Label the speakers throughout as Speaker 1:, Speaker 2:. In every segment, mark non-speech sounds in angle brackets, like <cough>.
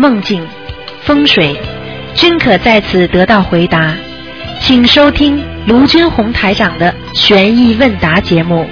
Speaker 1: 梦境、风水，均可在此得到回答。请收听卢军红台长的《悬疑问答》节目。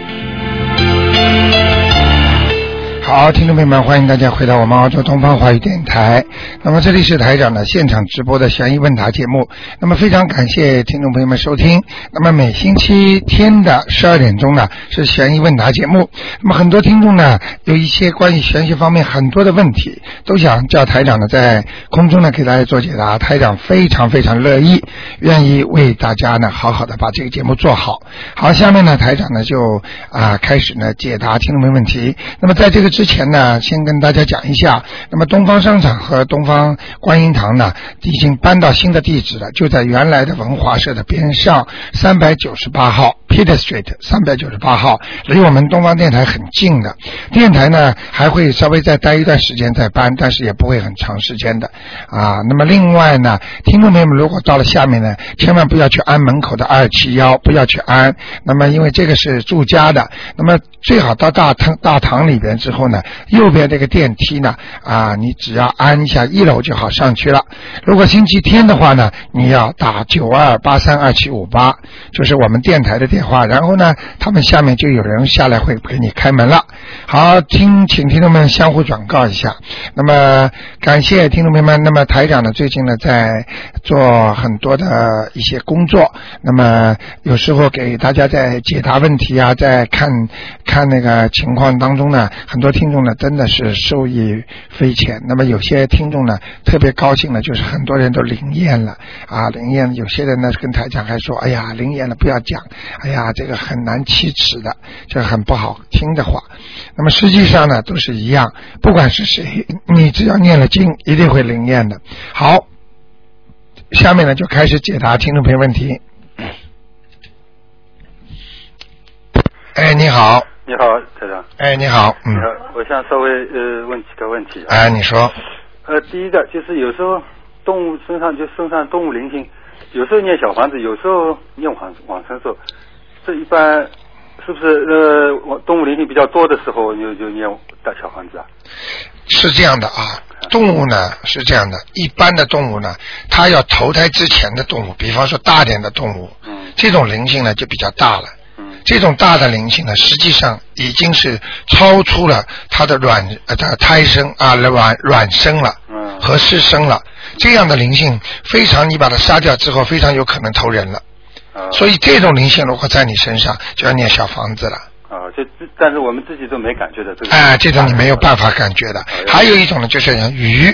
Speaker 2: 好，听众朋友们，欢迎大家回到我们澳洲东方华语电台。那么这里是台长的现场直播的悬疑问答节目。那么非常感谢听众朋友们收听。那么每星期天的十二点钟呢是悬疑问答节目。那么很多听众呢有一些关于玄学方面很多的问题，都想叫台长呢在空中呢给大家做解答。台长非常非常乐意，愿意为大家呢好好的把这个节目做好。好，下面呢台长呢就啊、开始呢解答听众朋友问题。那么在这个之前呢，先跟大家讲一下，那么东方商场和东方观音堂呢，已经搬到新的地址了，就在原来的文华社的边上，三百九十八号 Peter Street 三百九十八号，离我们东方电台很近的。电台呢还会稍微再待一段时间再搬，但是也不会很长时间的啊。那么另外呢，听众朋友们如果到了下面呢，千万不要去安门口的二七幺，不要去安。那么因为这个是住家的，那么最好到大堂大堂里边之后呢，右边这个电梯呢啊，你只要按一下一楼就好上去了。如果星期天的话呢，你要打九二八三二七五八，就是我们电台的电话。然后呢，他们下面就有人下来会给你开门了。好，听，请听众们相互转告一下。那么，感谢听众朋友们。那么，台长呢，最近呢在做很多的一些工作。那么，有时候给大家在解答问题啊，在看看那个情况当中呢，很多听众呢真的是受益匪浅。那么，有些听众呢特别高兴呢，就是很多人都灵验了啊，灵验。有些人呢跟台长还说，哎呀，灵验了不要讲，哎呀，这个很难启齿的，这个很不好听的话。那么实际上呢，都是一样，不管是谁，你只要念了经，一定会灵验的。好，下面呢就开始解答听众朋友问题。哎，你好，
Speaker 3: 你好，台长。
Speaker 2: 哎，你好，嗯
Speaker 3: 你，好，我想稍微呃问几个问题啊。
Speaker 2: 哎，你说，
Speaker 3: 呃，第一个就是有时候动物身上就身上动物灵性，有时候念小房子，有时候念往往生咒，这一般是不是呃我动物灵性比较多的时候就就念大小房子啊？
Speaker 2: 是这样的啊，动物呢是这样的，一般的动物呢，它要投胎之前的动物，比方说大点的动物，
Speaker 3: 嗯
Speaker 2: 这种灵性呢就比较大了。
Speaker 3: 嗯
Speaker 2: 这种大的灵性呢，实际上已经是超出了它的卵呃它的胎生啊卵卵生了
Speaker 3: 嗯
Speaker 2: 和湿生了，这样的灵性非常，你把它杀掉之后，非常有可能投人了。
Speaker 3: 啊
Speaker 2: 所以这种灵性如果在你身上，就要念小房子了。
Speaker 3: 啊，就自但是我们自己都没感觉的这个。
Speaker 2: 哎、这种你没有办法感觉的。还有一种呢，就是像鱼、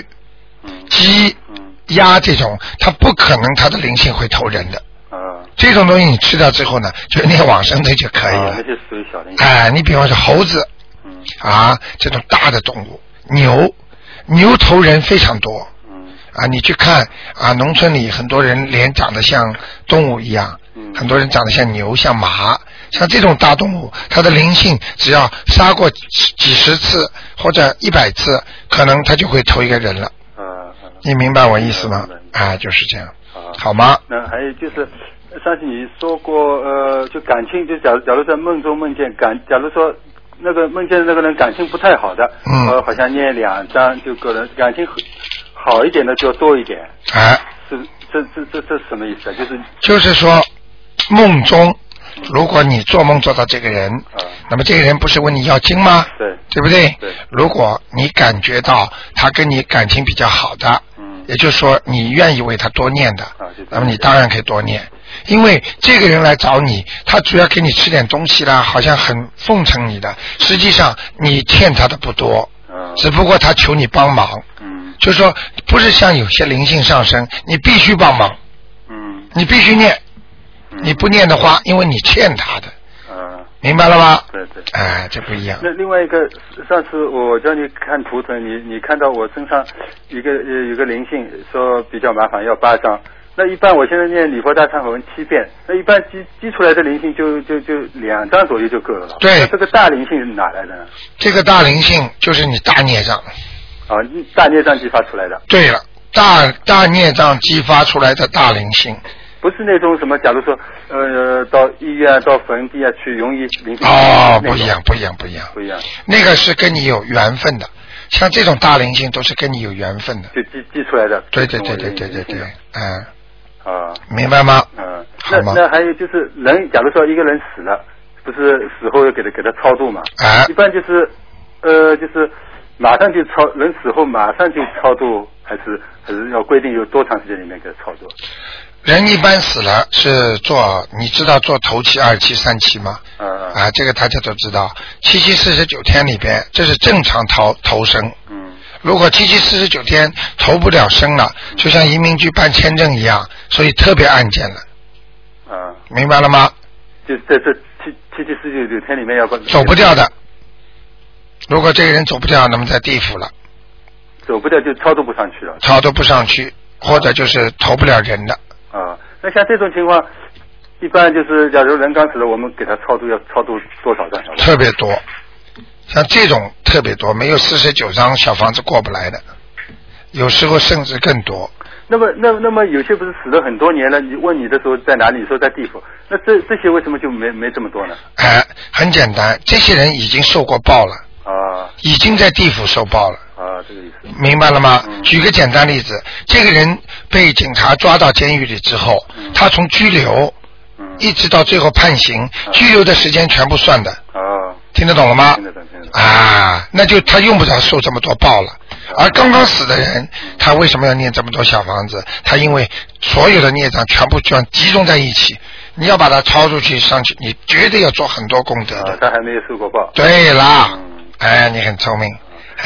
Speaker 3: 嗯
Speaker 2: 鸡、
Speaker 3: 嗯
Speaker 2: 鸭这种，它不可能它的灵性会投人的。
Speaker 3: 啊
Speaker 2: 这种东西你吃掉之后呢，就念往生的就可以
Speaker 3: 啊，
Speaker 2: 了
Speaker 3: 那。就属于小灵性。
Speaker 2: 哎、你比方说猴子，
Speaker 3: 嗯
Speaker 2: 啊，这种大的动物，牛，牛头人非常多
Speaker 3: 嗯
Speaker 2: 啊。你去看啊，农村里很多人脸长得像动物一样，
Speaker 3: 嗯
Speaker 2: 很多人长得像牛、像马，像这种大动物，它的灵性只要杀过几几十次或者一百次，可能它就会投一个人了。
Speaker 3: 啊啊
Speaker 2: 你明白我意思吗
Speaker 3: 明白明？白
Speaker 2: 啊，就是这样，
Speaker 3: 啊。
Speaker 2: 好吗？
Speaker 3: 那还有就是，上次你说过，呃，就感情，就假如假如在梦中梦见感，假如说那个梦见的那个人感情不太好的，
Speaker 2: 嗯
Speaker 3: 呃，好像念两张就够了，感情好一点的就多一点，
Speaker 2: 哎，
Speaker 3: 是这这这这什么意思啊？就是
Speaker 2: 就是说，梦中如果你做梦做到这个人，
Speaker 3: 啊、
Speaker 2: 那么这个人不是问你要经吗？
Speaker 3: 对，
Speaker 2: 对不对？
Speaker 3: 对
Speaker 2: 如果你感觉到他跟你感情比较好的，
Speaker 3: 嗯
Speaker 2: 也就是说你愿意为他多念的，
Speaker 3: 啊就多念
Speaker 2: 那么你当然可以多念，因为这个人来找你，他主要给你吃点东西啦，好像很奉承你的，实际上你欠他的不多，
Speaker 3: 嗯啊，
Speaker 2: 只不过他求你帮忙，
Speaker 3: 嗯
Speaker 2: 就是说不是像有些灵性上升，你必须帮忙，
Speaker 3: 嗯，
Speaker 2: 你必须念，
Speaker 3: 嗯
Speaker 2: 你不念的话，因为你欠他的，
Speaker 3: 啊，
Speaker 2: 明白了吗？
Speaker 3: 对对。
Speaker 2: 哎，这不一样。
Speaker 3: 那另外一个，上次我叫你看图腾，你你看到我身上一个呃有个灵性，说比较麻烦，要八张。那一般我现在念礼佛大忏悔文七遍，那一般激激出来的灵性就就就两张左右就够了。
Speaker 2: 对
Speaker 3: 那这个大灵性是哪来的呢？
Speaker 2: 这个大灵性就是你大孽障。
Speaker 3: 啊，大孽障激发出来的，
Speaker 2: 对了，大大孽障激发出来的大灵性。
Speaker 3: 不是那种什么，假如说呃到医院到坟地啊去容易灵性
Speaker 2: 哦，
Speaker 3: 那种
Speaker 2: 不一样，，不一样，不一样。
Speaker 3: 不一样。
Speaker 2: 那个是跟你有缘分的，像这种大灵性都是跟你有缘分的。
Speaker 3: 就寄寄出来的。
Speaker 2: 对对对对对对对，嗯，
Speaker 3: 啊，
Speaker 2: 明白吗？
Speaker 3: 嗯，
Speaker 2: 好
Speaker 3: 那
Speaker 2: 吗
Speaker 3: 那还有就是人，假如说一个人死了，不是死后要给他给他超度嘛？
Speaker 2: 哎
Speaker 3: 一般就是，呃，就是马上就超人死后马上就超度，还是还是要规定有多长时间里面给他超度？
Speaker 2: 人一般死了是做，你知道做头七、二七、三七吗？
Speaker 3: 嗯
Speaker 2: 啊，这个大家都知道，七七四十九天里边，这是正常投投生。
Speaker 3: 嗯
Speaker 2: 如果七七四十九天投不了生了，就像移民局办签证一样，所以特别案件了，
Speaker 3: 啊，
Speaker 2: 明白了吗？
Speaker 3: 就在这七七七四九九天里面要把
Speaker 2: 走不掉的。如果这个人走不掉，那么在地府了，
Speaker 3: 走不掉就超度不上去了
Speaker 2: 超都不上去，或者就是投不了人的。
Speaker 3: 啊。那像这种情况，一般就是假如人刚死了，我们给他超度要超度多少张小房子？
Speaker 2: 特别多，像这种特别多，没有四十九张小房子过不来的，有时候甚至更多。
Speaker 3: 那么，那那么有些不是死了很多年了？你问你的时候在哪里？你说在地府。那这这些为什么就没没这么多呢？
Speaker 2: 哎，很简单，这些人已经受过报了，
Speaker 3: 啊
Speaker 2: 已经在地府受报了，
Speaker 3: 啊，这个意思。
Speaker 2: 明白了吗？
Speaker 3: 嗯
Speaker 2: 举个简单例子，这个人被警察抓到监狱里之后，
Speaker 3: 嗯
Speaker 2: 他从拘留
Speaker 3: 嗯。
Speaker 2: 一直到最后判刑，拘留的时间全部算的，
Speaker 3: 啊，
Speaker 2: 听得懂了吗？
Speaker 3: 听得懂，听得懂。
Speaker 2: 啊，那就他用不着受这么多报了。而刚刚死的人，他为什么要念这么多小房子？他因为所有的孽障全部全集中在一起，你要把它超出去上去，你绝对要做很多功德
Speaker 3: 啊
Speaker 2: 的。，
Speaker 3: 他还没有受过报。
Speaker 2: 对啦
Speaker 3: 嗯，
Speaker 2: 哎，你很聪明， <laughs>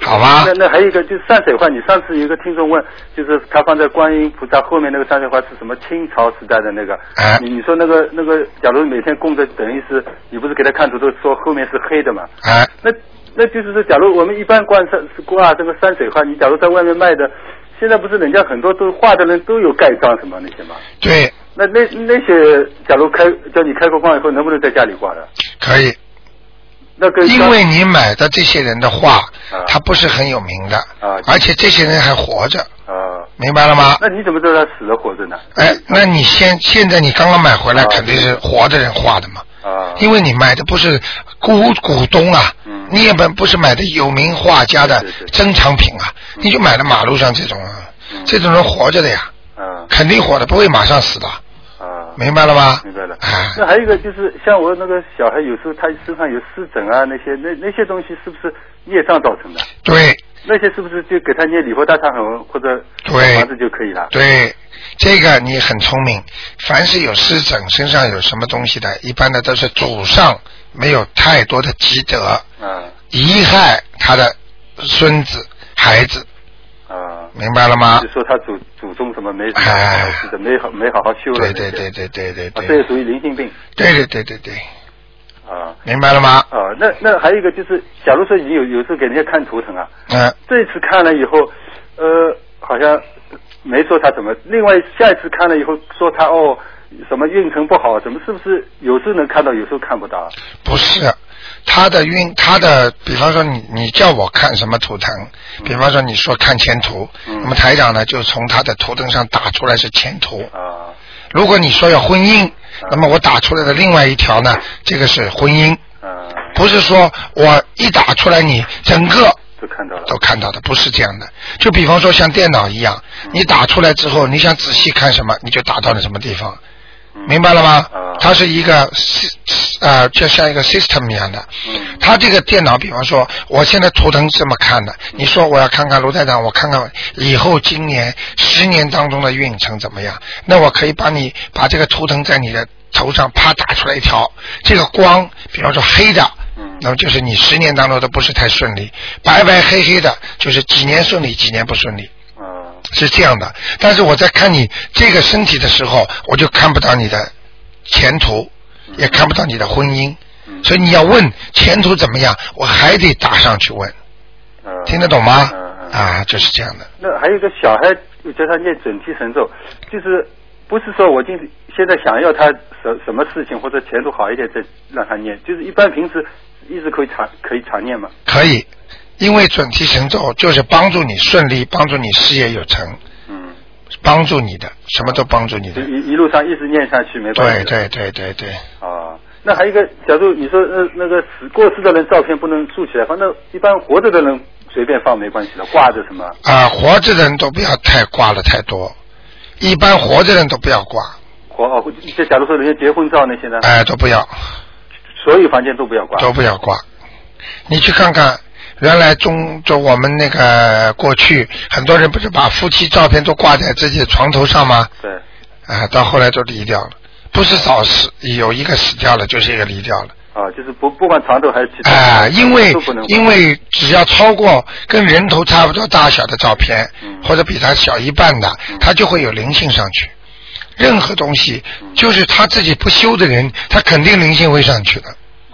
Speaker 2: 好吧
Speaker 3: 那？那还有一个就是山水画，你上次有一个听众问，就是他放在观音菩萨后面那个山水画是什么清朝时代的那个？
Speaker 2: 哎
Speaker 3: 你你说那个那个，假如每天供着，等于是你不是给他看图都说后面是黑的嘛？
Speaker 2: 哎，
Speaker 3: 那那就是说，假如我们一般挂山挂这个山水画，你假如在外面卖的，现在不是人家很多都画的人都有盖章什么那些吗？
Speaker 2: 对，
Speaker 3: 那那那些，假如开叫你开过光以后，能不能在家里挂的？啊
Speaker 2: 可以，
Speaker 3: 那跟
Speaker 2: 因为你买的这些人的画
Speaker 3: 啊，
Speaker 2: 他不是很有名的
Speaker 3: 啊，
Speaker 2: 而且这些人还活着，
Speaker 3: 啊、
Speaker 2: 明白了吗？
Speaker 3: 那你怎么知道他死了活着呢？
Speaker 2: 哎，那你现现在你刚刚买回来，
Speaker 3: 啊
Speaker 2: 肯定是活的人画的嘛，
Speaker 3: 啊、
Speaker 2: 因为你买的不是股股东啊
Speaker 3: 嗯，
Speaker 2: 你也本不是买的有名画家的
Speaker 3: 是是是
Speaker 2: 珍藏品啊，你就买了马路上这种啊，
Speaker 3: 嗯
Speaker 2: 这种人活着的呀，
Speaker 3: 啊
Speaker 2: 肯定活的，不会马上死的，
Speaker 3: 啊，
Speaker 2: 明白了吗？
Speaker 3: 明白了。
Speaker 2: 哎，
Speaker 3: 那还有一个就是，像我那个小孩，有时候他身上有湿疹啊，那些那那些东西是不是孽障造成的？
Speaker 2: 对
Speaker 3: 那些是不是就给他念礼佛大忏悔文或者
Speaker 2: 对
Speaker 3: 房子就可以了？
Speaker 2: 对，这个你很聪明，凡是有湿疹身上有什么东西的，一般的都是祖上没有太多的积德，
Speaker 3: 啊
Speaker 2: 遗害他的孙子孩子，
Speaker 3: 啊，
Speaker 2: 明白了吗
Speaker 3: 就？说他祖祖宗什么没什么
Speaker 2: 哎
Speaker 3: 好事的，没好没好好修了
Speaker 2: 对
Speaker 3: 那些，
Speaker 2: 对对对对对
Speaker 3: 啊，这也
Speaker 2: 对，
Speaker 3: 属于灵性病
Speaker 2: 对对对对对，
Speaker 3: 啊
Speaker 2: 明白了吗？
Speaker 3: 啊。那那还有一个就是，假如说你有有时候给人家看图腾啊，
Speaker 2: 嗯，
Speaker 3: 这次看了以后，呃，好像没说他怎么，另外下一次看了以后说他哦什么运程不好，怎么是不是有时候能看到，有时候看不到啊？
Speaker 2: 不是，他的运，他的，比方说你你叫我看什么图腾，比方说你说看前途，
Speaker 3: 嗯
Speaker 2: 那么台长呢就从他的图腾上打出来是前途。
Speaker 3: 啊
Speaker 2: 如果你说要婚姻，那么我打出来的另外一条呢，这个是婚姻，
Speaker 3: 啊，
Speaker 2: 不是说我一打出来你整个
Speaker 3: 都看到了
Speaker 2: 都看到的，不是这样的。就比方说像电脑一样，
Speaker 3: 嗯
Speaker 2: 你打出来之后，你想仔细看什么，你就打到了什么地方，
Speaker 3: 嗯
Speaker 2: 明白了吗
Speaker 3: 啊？
Speaker 2: 它是一个 sy- 呃，就像一个 system 一样的。
Speaker 3: 嗯
Speaker 2: 它这个电脑，比方说，我现在图腾是这么看的，你说我要看看卢台长，我看看以后今年十年当中的运程怎么样？那我可以把你把这个图腾在你的头上啪打出来一条，这个光，比方说黑的，
Speaker 3: 嗯
Speaker 2: 那么就是你十年当中都不是太顺利，白白黑黑的，就是几年顺利，几年不顺利，
Speaker 3: 啊
Speaker 2: 是这样的。但是我在看你这个身体的时候，我就看不到你的前途，也看不到你的婚姻，
Speaker 3: 嗯
Speaker 2: 所以你要问前途怎么样，我还得打上去问，
Speaker 3: 啊，
Speaker 2: 听得懂吗
Speaker 3: 嗯嗯？
Speaker 2: 啊，就是这样的。
Speaker 3: 那还有一个小孩，我叫他念准提神咒，就是不是说我今现在想要他什什么事情或者前途好一点再让他念，就是一般平时一直可以常可以常念嘛。
Speaker 2: 可以，因为准提神咒就是帮助你顺利，帮助你事业有成，
Speaker 3: 嗯，
Speaker 2: 帮助你的，什么都帮助你
Speaker 3: 就
Speaker 2: 的。
Speaker 3: 一一路上一直念下去没关
Speaker 2: 对
Speaker 3: 系。
Speaker 2: 对对对对，
Speaker 3: 啊，那那还有一个，假如你说呃那个死过世的人照片不能竖起来放，那一般活着的人随便放没关系的，挂着什么？
Speaker 2: 啊，活着的人都不要太挂了太多，一般活着的人都不要挂，
Speaker 3: 活哦，或就假如说人家结婚照那些呢，
Speaker 2: 哎、都不要，
Speaker 3: 所有房间都不要挂。
Speaker 2: 都不要挂。你去看看，原来中就我们那个过去，很多人不是把夫妻照片都挂在自己的床头上吗？
Speaker 3: 对，
Speaker 2: 啊，到后来都离掉了，不是早死，有一个死掉了，就是一个离掉了。
Speaker 3: 啊，就是不不管床头还是其他，
Speaker 2: 啊、因为
Speaker 3: 都不能挂
Speaker 2: 因为只要超过跟人头差不多大小的照片，
Speaker 3: 嗯
Speaker 2: 或者比它小一半的
Speaker 3: 嗯，
Speaker 2: 它就会有灵性上去。任何东西，
Speaker 3: 嗯
Speaker 2: 就是他自己不修的人，他肯定灵性会上去的。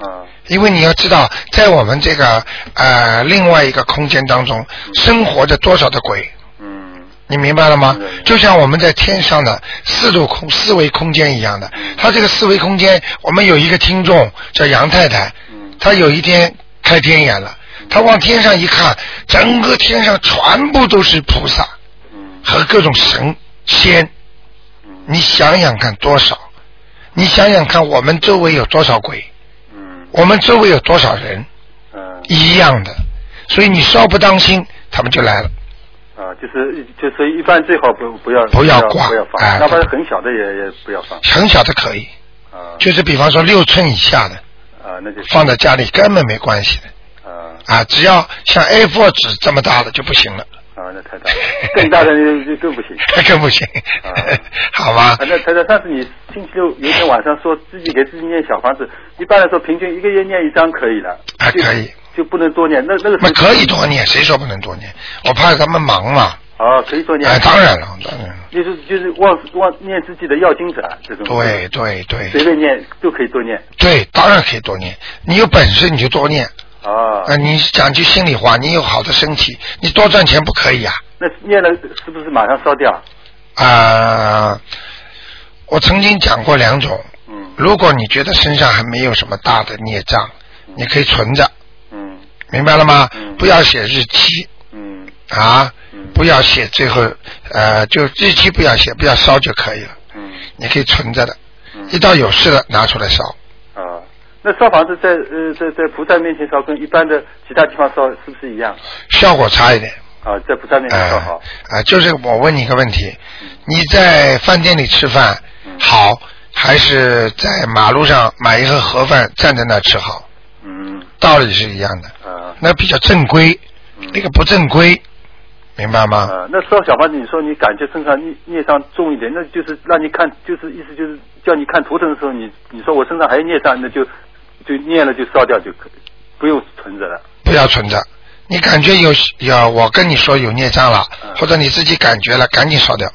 Speaker 3: 啊
Speaker 2: 因为你要知道，在我们这个呃另外一个空间当中，生活着多少的鬼，
Speaker 3: 嗯
Speaker 2: 你明白了吗
Speaker 3: 明白明白？
Speaker 2: 就像我们在天上的四度空四维空间一样的，
Speaker 3: 嗯
Speaker 2: 它这个四维空间，我们有一个听众叫杨太太，
Speaker 3: 嗯
Speaker 2: 她有一天开天眼了，她往天上一看，整个天上全部都是菩萨
Speaker 3: 嗯
Speaker 2: 和各种神仙，
Speaker 3: 嗯
Speaker 2: 你想想看多少？你想想看，我们周围有多少鬼？
Speaker 3: 嗯
Speaker 2: 我们周围有多少人？
Speaker 3: 嗯
Speaker 2: 一样的，所以你稍不当心，他们就来了。
Speaker 3: 啊，就是就是一般最好不不要
Speaker 2: 不要
Speaker 3: 要
Speaker 2: 挂
Speaker 3: 不要放，
Speaker 2: 哎
Speaker 3: 哪怕是很小的也也不要放
Speaker 2: 很小的可以，
Speaker 3: 啊
Speaker 2: 就是比方说六寸以下的，
Speaker 3: 啊，那就是
Speaker 2: 放在家里根本没关系的
Speaker 3: 啊
Speaker 2: 啊，只要像 A4 纸这么大的就不行了， <laughs>
Speaker 3: 啊，那太大了，更大的就就更不行。
Speaker 2: 更不行
Speaker 3: 啊，
Speaker 2: <laughs> 好吧
Speaker 3: 啊，？那台长，上次你星期六有一天晚上说自己给自己念小房子，一般来说平均一个月念一张可以了，
Speaker 2: 啊
Speaker 3: 就
Speaker 2: 可以，
Speaker 3: 就不能多念。那那个
Speaker 2: 那可以多念，谁说不能多念？我怕他们忙嘛。
Speaker 3: 啊，可以多念。
Speaker 2: 哎，当然了，当然了，
Speaker 3: 就是就是忘忘念自己的要经者啊，这种
Speaker 2: 对对对
Speaker 3: 随便念都可以多念
Speaker 2: 对，当然可以多念。你有本事你就多念
Speaker 3: 啊。
Speaker 2: 啊！你讲句心里话，你有好的身体，你多赚钱不可以啊？
Speaker 3: 那念了是不是马上烧掉？
Speaker 2: 啊、我曾经讲过两种。
Speaker 3: 嗯
Speaker 2: 如果你觉得身上还没有什么大的孽障，你可以存着，
Speaker 3: 嗯
Speaker 2: 明白了吗
Speaker 3: 嗯？
Speaker 2: 不要写日期
Speaker 3: 嗯
Speaker 2: 啊
Speaker 3: 嗯，
Speaker 2: 不要写最后呃，就日期不要写，不要烧就可以了。
Speaker 3: 嗯
Speaker 2: 你可以存着的，
Speaker 3: 嗯
Speaker 2: 一到有事了拿出来烧。
Speaker 3: 啊。那烧房子在呃在在菩萨面前烧，跟一般的其他地方烧是不是一样？
Speaker 2: 效果差一点。
Speaker 3: 啊，在菩萨面
Speaker 2: 啊
Speaker 3: 前烧
Speaker 2: 啊
Speaker 3: 好，、
Speaker 2: 就是我问你一个问题，你在饭店里吃饭
Speaker 3: 嗯
Speaker 2: 好，还是在马路上买一盒盒饭站在那儿吃好？
Speaker 3: 嗯
Speaker 2: 道理是一样的，
Speaker 3: 啊
Speaker 2: 那比较正规，
Speaker 3: 嗯
Speaker 2: 那个不正规，明白吗？
Speaker 3: 啊。那烧小房子，你说你感觉身上孽孽障重一点，那就是让你看，就是意思就是叫你看图腾的时候，你你说我身上还有孽障，那就就念了就烧掉就可以，不用存着了。
Speaker 2: 不要存着。你感觉有有，我跟你说有孽障了，
Speaker 3: 嗯
Speaker 2: 或者你自己感觉了，赶紧烧掉。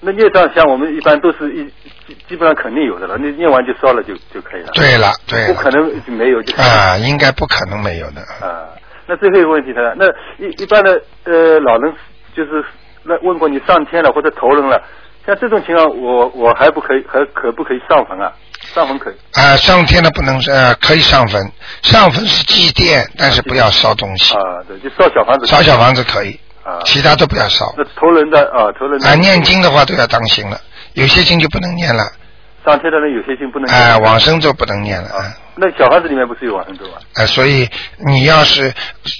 Speaker 3: 那孽障像我们一般都是一基基本上肯定有的了，那念完就烧了就就可以了。，
Speaker 2: 对了，对
Speaker 3: 不可
Speaker 2: 了，
Speaker 3: 能就没有就是
Speaker 2: 啊，应该不可能没有的。
Speaker 3: 啊。那最后一个问题呢？那一一般的呃老人就是那问过你上天了或者投人了，像这种情况我我还不可以还可不可以上坟啊？上坟可以
Speaker 2: 啊，上天的不能呃，可以上坟，上坟是祭奠，但是不要烧东西，
Speaker 3: 啊？对，就烧小房子。
Speaker 2: 烧小房子可以，
Speaker 3: 啊。
Speaker 2: 其他都不要烧。
Speaker 3: 那投人的啊，投人的
Speaker 2: 啊，念经的话都要当心了，有些经就不能念了，
Speaker 3: 上天的人有些经不能
Speaker 2: 啊，
Speaker 3: 念
Speaker 2: 往生咒不能念了。啊
Speaker 3: 啊。那小房子里面不是有往生咒吗？
Speaker 2: 啊，所以你要是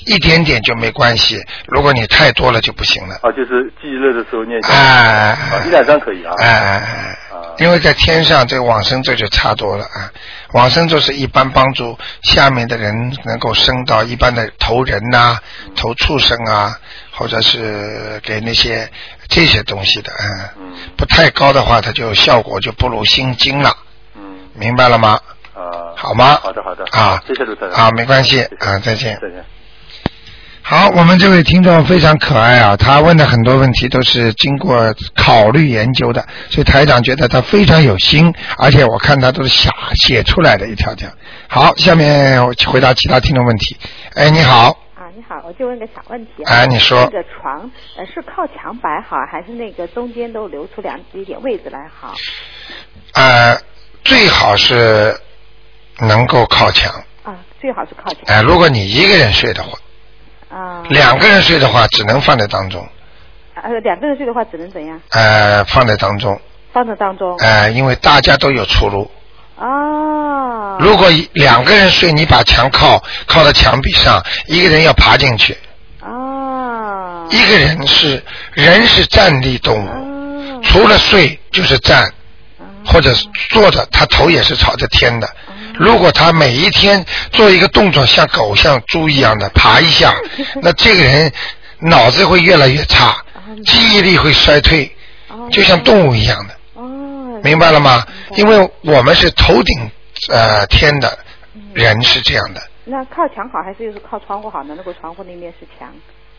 Speaker 2: 一点点就没关系，如果你太多了就不行了。
Speaker 3: 啊，就是忌日的时候念一下。
Speaker 2: 哎
Speaker 3: 啊，一两张可以啊。
Speaker 2: 哎哎哎，因为在天上这个往生咒就差多了啊，往生咒是一般帮助下面的人能够升到一般的投人呐、投畜生啊，或者是给那些这些东西的，嗯，
Speaker 3: 嗯
Speaker 2: 不太高的话，它就效果就不如心经了，
Speaker 3: 嗯
Speaker 2: 明白了吗？
Speaker 3: 啊。
Speaker 2: 好吗？
Speaker 3: 好的好的
Speaker 2: 啊，
Speaker 3: 谢谢卢台长
Speaker 2: 啊，没关系
Speaker 3: 谢谢
Speaker 2: 啊，再见。
Speaker 3: 再见。
Speaker 2: 好，我们这位听众非常可爱啊，他问的很多问题都是经过考虑研究的，所以台长觉得他非常有心，而且我看他都是写写出来的一条条。好，下面我回答其他听众问题。哎，你好，
Speaker 4: 啊，你好，我就问个小问题啊
Speaker 2: 哎你说
Speaker 4: 那个床呃是靠墙摆好，还是那个中间都留出两一点位置来好？
Speaker 2: 呃，最好是能够靠墙，
Speaker 4: 啊，最好是靠墙。
Speaker 2: 哎、如果你一个人睡的话，
Speaker 4: 啊，
Speaker 2: 两个人睡的话，只能放在当中，
Speaker 4: 呃两个人睡的话，只能怎样？
Speaker 2: 呃，放在当中，哎
Speaker 4: 放在当中。
Speaker 2: 哎、因为大家都有出入，
Speaker 4: 哦，
Speaker 2: 如果一两个人睡，你把墙靠靠到墙壁上，一个人要爬进去。
Speaker 4: 哦，
Speaker 2: 一个人是人是站立动物，
Speaker 4: 哦，
Speaker 2: 除了睡就是站或者是坐着，他头也是朝着天的。
Speaker 4: 哦
Speaker 2: 如果他每一天做一个动作，像狗像猪一样的爬一
Speaker 4: <laughs>
Speaker 2: 下，那这个人脑子会越来越差，记忆力会衰退，
Speaker 4: 哦
Speaker 2: 就像动物一样的。
Speaker 4: 哦，
Speaker 2: 明白了吗？因
Speaker 4: 为
Speaker 2: 为我们是头顶呃天的人是这样的，
Speaker 4: 那靠墙好还是就是靠窗户好呢？如果窗户那面是墙，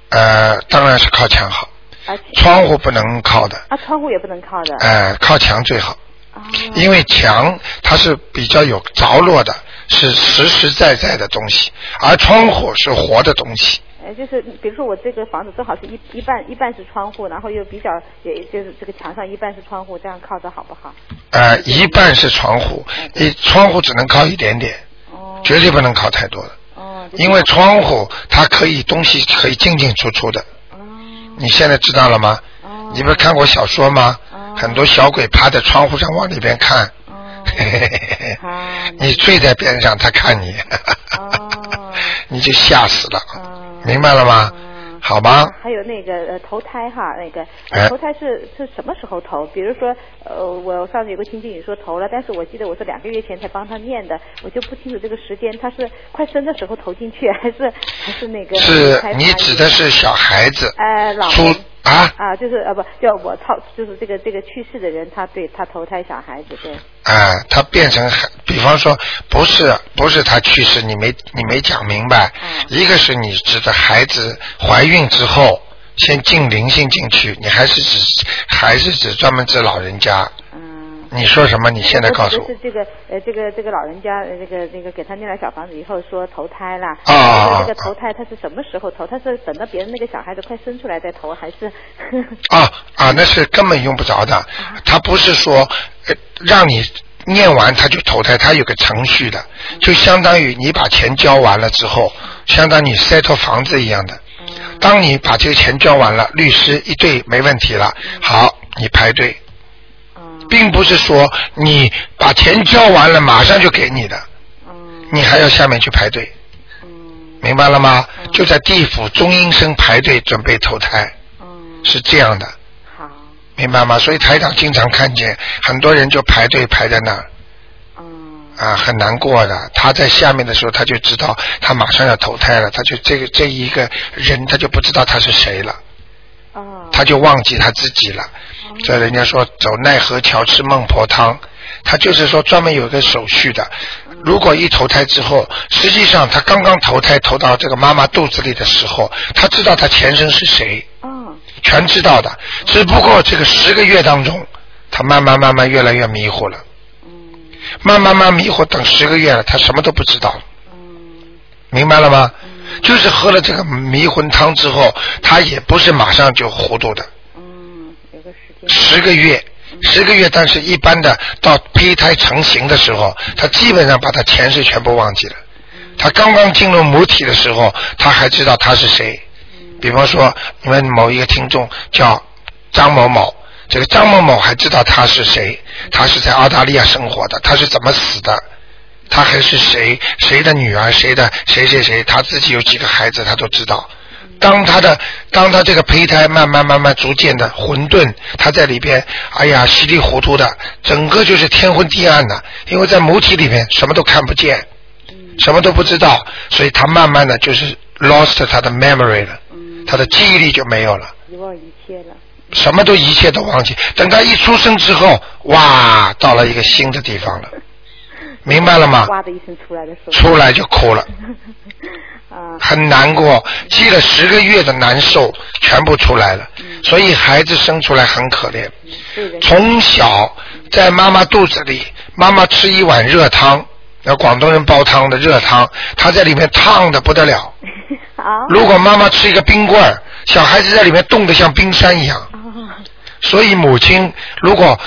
Speaker 2: 呃，当然是靠墙好，
Speaker 4: 而且
Speaker 2: 窗户不能靠的，
Speaker 4: 啊，窗户也不能靠的。
Speaker 2: 呃，靠墙最好，
Speaker 4: 哦
Speaker 2: 因为墙它是比较有着落的，是实实在在的东西，而窗户是活的东西。
Speaker 4: 呃，就是比如说我这个房子正好是一一半一半是窗户，然后又比较也就是这个墙上一半是窗户，这样靠着好不好？
Speaker 2: 呃，一半是窗户，一窗户只能靠一点点，
Speaker 4: 嗯哦
Speaker 2: 绝对不能靠太多的，
Speaker 4: 哦，就是
Speaker 2: 因为窗户它可以东西可以进进出出的。
Speaker 4: 哦
Speaker 2: 你现在知道了吗？
Speaker 4: 哦
Speaker 2: 你不是看过小说吗？
Speaker 4: 哦
Speaker 2: 很多小鬼趴在窗户上往里边看， <laughs>
Speaker 4: 哦啊
Speaker 2: 你睡在边上，他看你，
Speaker 4: 哦
Speaker 2: <laughs> 你就吓死了，
Speaker 4: 哦
Speaker 2: 明白了吗？
Speaker 4: 嗯
Speaker 2: 好吧，
Speaker 4: 还有那个呃投胎哈，那个
Speaker 2: 哎
Speaker 4: 投胎是是什么时候投？比如说呃，我上次有个亲戚也说投了，但是我记得我是两个月前才帮他念的，我就不清楚这个时间，他是快生的时候投进去，还是还是那个
Speaker 2: 是
Speaker 4: 开发
Speaker 2: 你
Speaker 4: 一
Speaker 2: 指的是小孩子
Speaker 4: 呃老
Speaker 2: 出
Speaker 4: 人
Speaker 2: 啊
Speaker 4: 啊，就是呃不，就我操，就是这个这个去世的人，他对他投胎小孩子对，
Speaker 2: 啊，他变成孩，比方说不是不是他去世，你没你没讲明白
Speaker 4: 嗯，
Speaker 2: 一个是你指的孩子怀孕之后先进灵性进去，你还是指还是指专门指老人家？
Speaker 4: 嗯。
Speaker 2: 你说什么？你现在告诉
Speaker 4: 我
Speaker 2: 我
Speaker 4: 指的。是这个呃，这个这个老人家，呃这个这个给他念了小房子以后说投胎啦。
Speaker 2: 啊啊啊
Speaker 4: 这个投胎他是什么时候投？他是等到别人那个小孩子快生出来再投，还是？
Speaker 2: <laughs> 啊啊，那是根本用不着
Speaker 4: 啊
Speaker 2: 的。他不是说、呃、让你念完他就投胎，他有个程序的，
Speaker 4: 嗯
Speaker 2: 就相当于你把钱交完了之后，相当于 settle 房子一样的。
Speaker 4: 嗯
Speaker 2: 当你把这个钱交完了，律师一对没问题了，好，你排队，
Speaker 4: 嗯
Speaker 2: 并不是说你把钱交完了马上就给你的，
Speaker 4: 嗯
Speaker 2: 你还要下面去排队，
Speaker 4: 嗯
Speaker 2: 明白了吗？
Speaker 4: 嗯
Speaker 2: 就在地府中阴身排队准备投胎，
Speaker 4: 嗯，
Speaker 2: 是这样的。
Speaker 4: 好，
Speaker 2: 明白吗？所以台长经常看见很多人就排队排在那儿
Speaker 4: 嗯
Speaker 2: 啊，很难过的。他在下面的时候，他就知道他马上要投胎了，他就这个这一个人，他就不知道他是谁了，
Speaker 4: 哦，
Speaker 2: 他就忘记他自己了。所以人家说走奈何桥吃孟婆汤，他就是说专门有一个手续的。
Speaker 4: 嗯
Speaker 2: 如果一投胎之后，实际上他刚刚投胎投到这个妈妈肚子里的时候，他知道他前身是谁。
Speaker 4: 哦
Speaker 2: 全知道的，只不过这个十个月当中，他慢慢慢慢越来越迷糊了，
Speaker 4: 嗯
Speaker 2: 慢慢慢慢迷糊，等十个月了，他什么都不知道了，
Speaker 4: 嗯
Speaker 2: 明白了吗？就是喝了这个迷魂汤之后，他也不是马上就糊涂的，
Speaker 4: 嗯，有个时间。
Speaker 2: 十个月，十个月，但是一般的到胚胎成型的时候，他基本上把他前世全部忘记了。他刚刚进入母体的时候，他还知道他是谁。比方说，你们某一个听众叫张某某，这个张某某还知道他是谁，他是在澳大利亚生活的，他是怎么死的，他还是谁谁的女儿，谁的谁谁谁，他自己有几个孩子，他都知道。当他的当他这个胚胎慢慢慢慢逐渐的混沌，他在里边，哎呀稀里糊涂的，整个就是天昏地暗的，因为在母体里面什么都看不见，
Speaker 4: 嗯
Speaker 2: 什么都不知道，所以他慢慢的就是 lost 他的 memory 了，他的记忆力就没有了。
Speaker 4: 一嗯忘一切了，
Speaker 2: 什么都一切都忘记。等他一出生之后，哇，到了一个新的地方了，明白了
Speaker 4: <laughs>
Speaker 2: 吗？
Speaker 4: 哇的一声出来的时候，
Speaker 2: 出来就哭了，
Speaker 4: <laughs> 啊，
Speaker 2: 很难过，积了十个月的难受全部出来了。
Speaker 4: 嗯
Speaker 2: 所以孩子生出来很可怜，
Speaker 4: 对人
Speaker 2: 从小在妈妈肚子里，妈妈吃一碗热汤，那广东人煲汤的热汤，他在里面烫的不得了。
Speaker 4: <laughs> 好，
Speaker 2: 如果妈妈吃一个冰棍儿，小孩子在里面冻得像冰山一样。
Speaker 4: 啊
Speaker 2: 所以母亲如果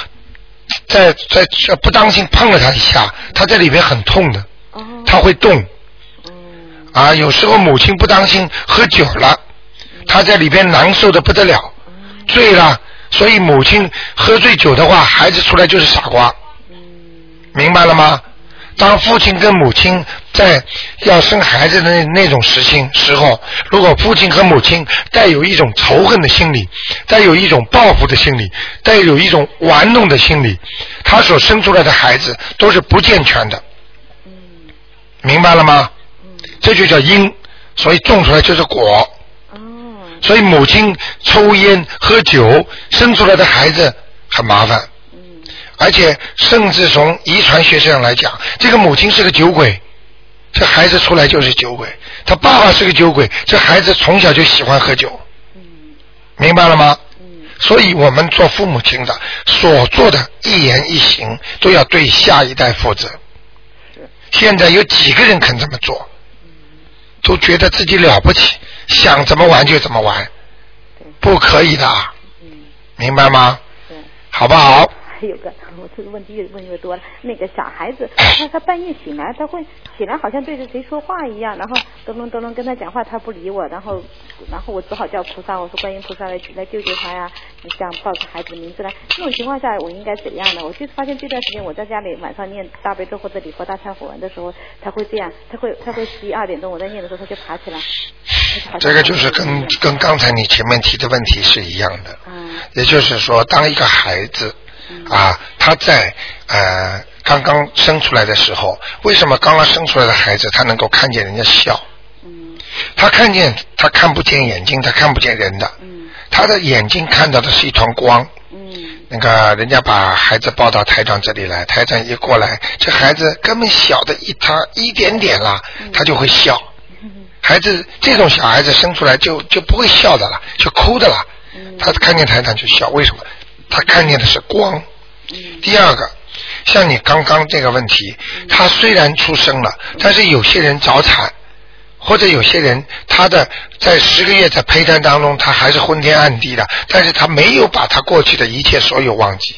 Speaker 2: 在在在不当心碰了他一下，他在里面很痛的，
Speaker 4: 哦，
Speaker 2: 他会动
Speaker 4: 嗯
Speaker 2: 啊。有时候母亲不当心喝酒了，他在里边难受的不得了，醉了。所以母亲喝醉酒的话，孩子出来就是傻瓜，
Speaker 4: 嗯
Speaker 2: 明白了吗？当父亲跟母亲在要生孩子的那那种时情时候，如果父亲和母亲带有一种仇恨的心理，带有一种报复的心理，带有一种玩弄的心理，他所生出来的孩子都是不健全的。明白了吗？这就叫因，所以种出来就是果。所以母亲抽烟喝酒生出来的孩子很麻烦。而且甚至从遗传学上来讲，这个母亲是个酒鬼，这孩子出来就是酒鬼；他爸爸是个酒鬼，这孩子从小就喜欢喝酒。明白了吗？所以我们做父母亲的所做的一言一行都要对下一代负责。现在有几个人肯这么做？都觉得自己了不起，想怎么玩就怎么玩，不可以的，啊明白吗？好不好？
Speaker 4: 还有个，我这个问题越问越多了。那个小孩
Speaker 2: <laughs>
Speaker 4: 子，他他半夜醒来，他会起来好像对着谁说话一样，然后咚咚咚咚跟他讲话，他不理我，然后然后我只好叫菩萨，我说观音菩萨来来救救他呀！你这样报着孩子名字来，这种情况下我应该怎样呢？我就发现这段时间我在家里晚上念大悲咒或者礼佛大忏悔文的时候，他会这样，他会他会十一二点钟我在念的时候他就爬起来，他好像
Speaker 2: 这个就是跟跟刚才你前面提的问题是一样的，也就是说，当一个孩子啊，他在呃刚刚生出来的时候，为什么刚刚生出来的孩子他能够看见人家笑？他看见他看不见眼睛，他看不见人的，他的眼睛看到的是一团光。那个人家把孩子抱到台长这里来，台长一过来，这孩子根本小的一他一点点啦，他就会笑。孩子这种小孩子生出来就就不会笑的了，就哭的了。他看见台长就笑，为什么？他看见的是光。第二个，像你刚刚这个问题，他虽然出生了，但是有些人早产，或者有些人他的在十个月在胚胎当中，他还是昏天暗地的，但是他没有把他过去的一切所有忘记。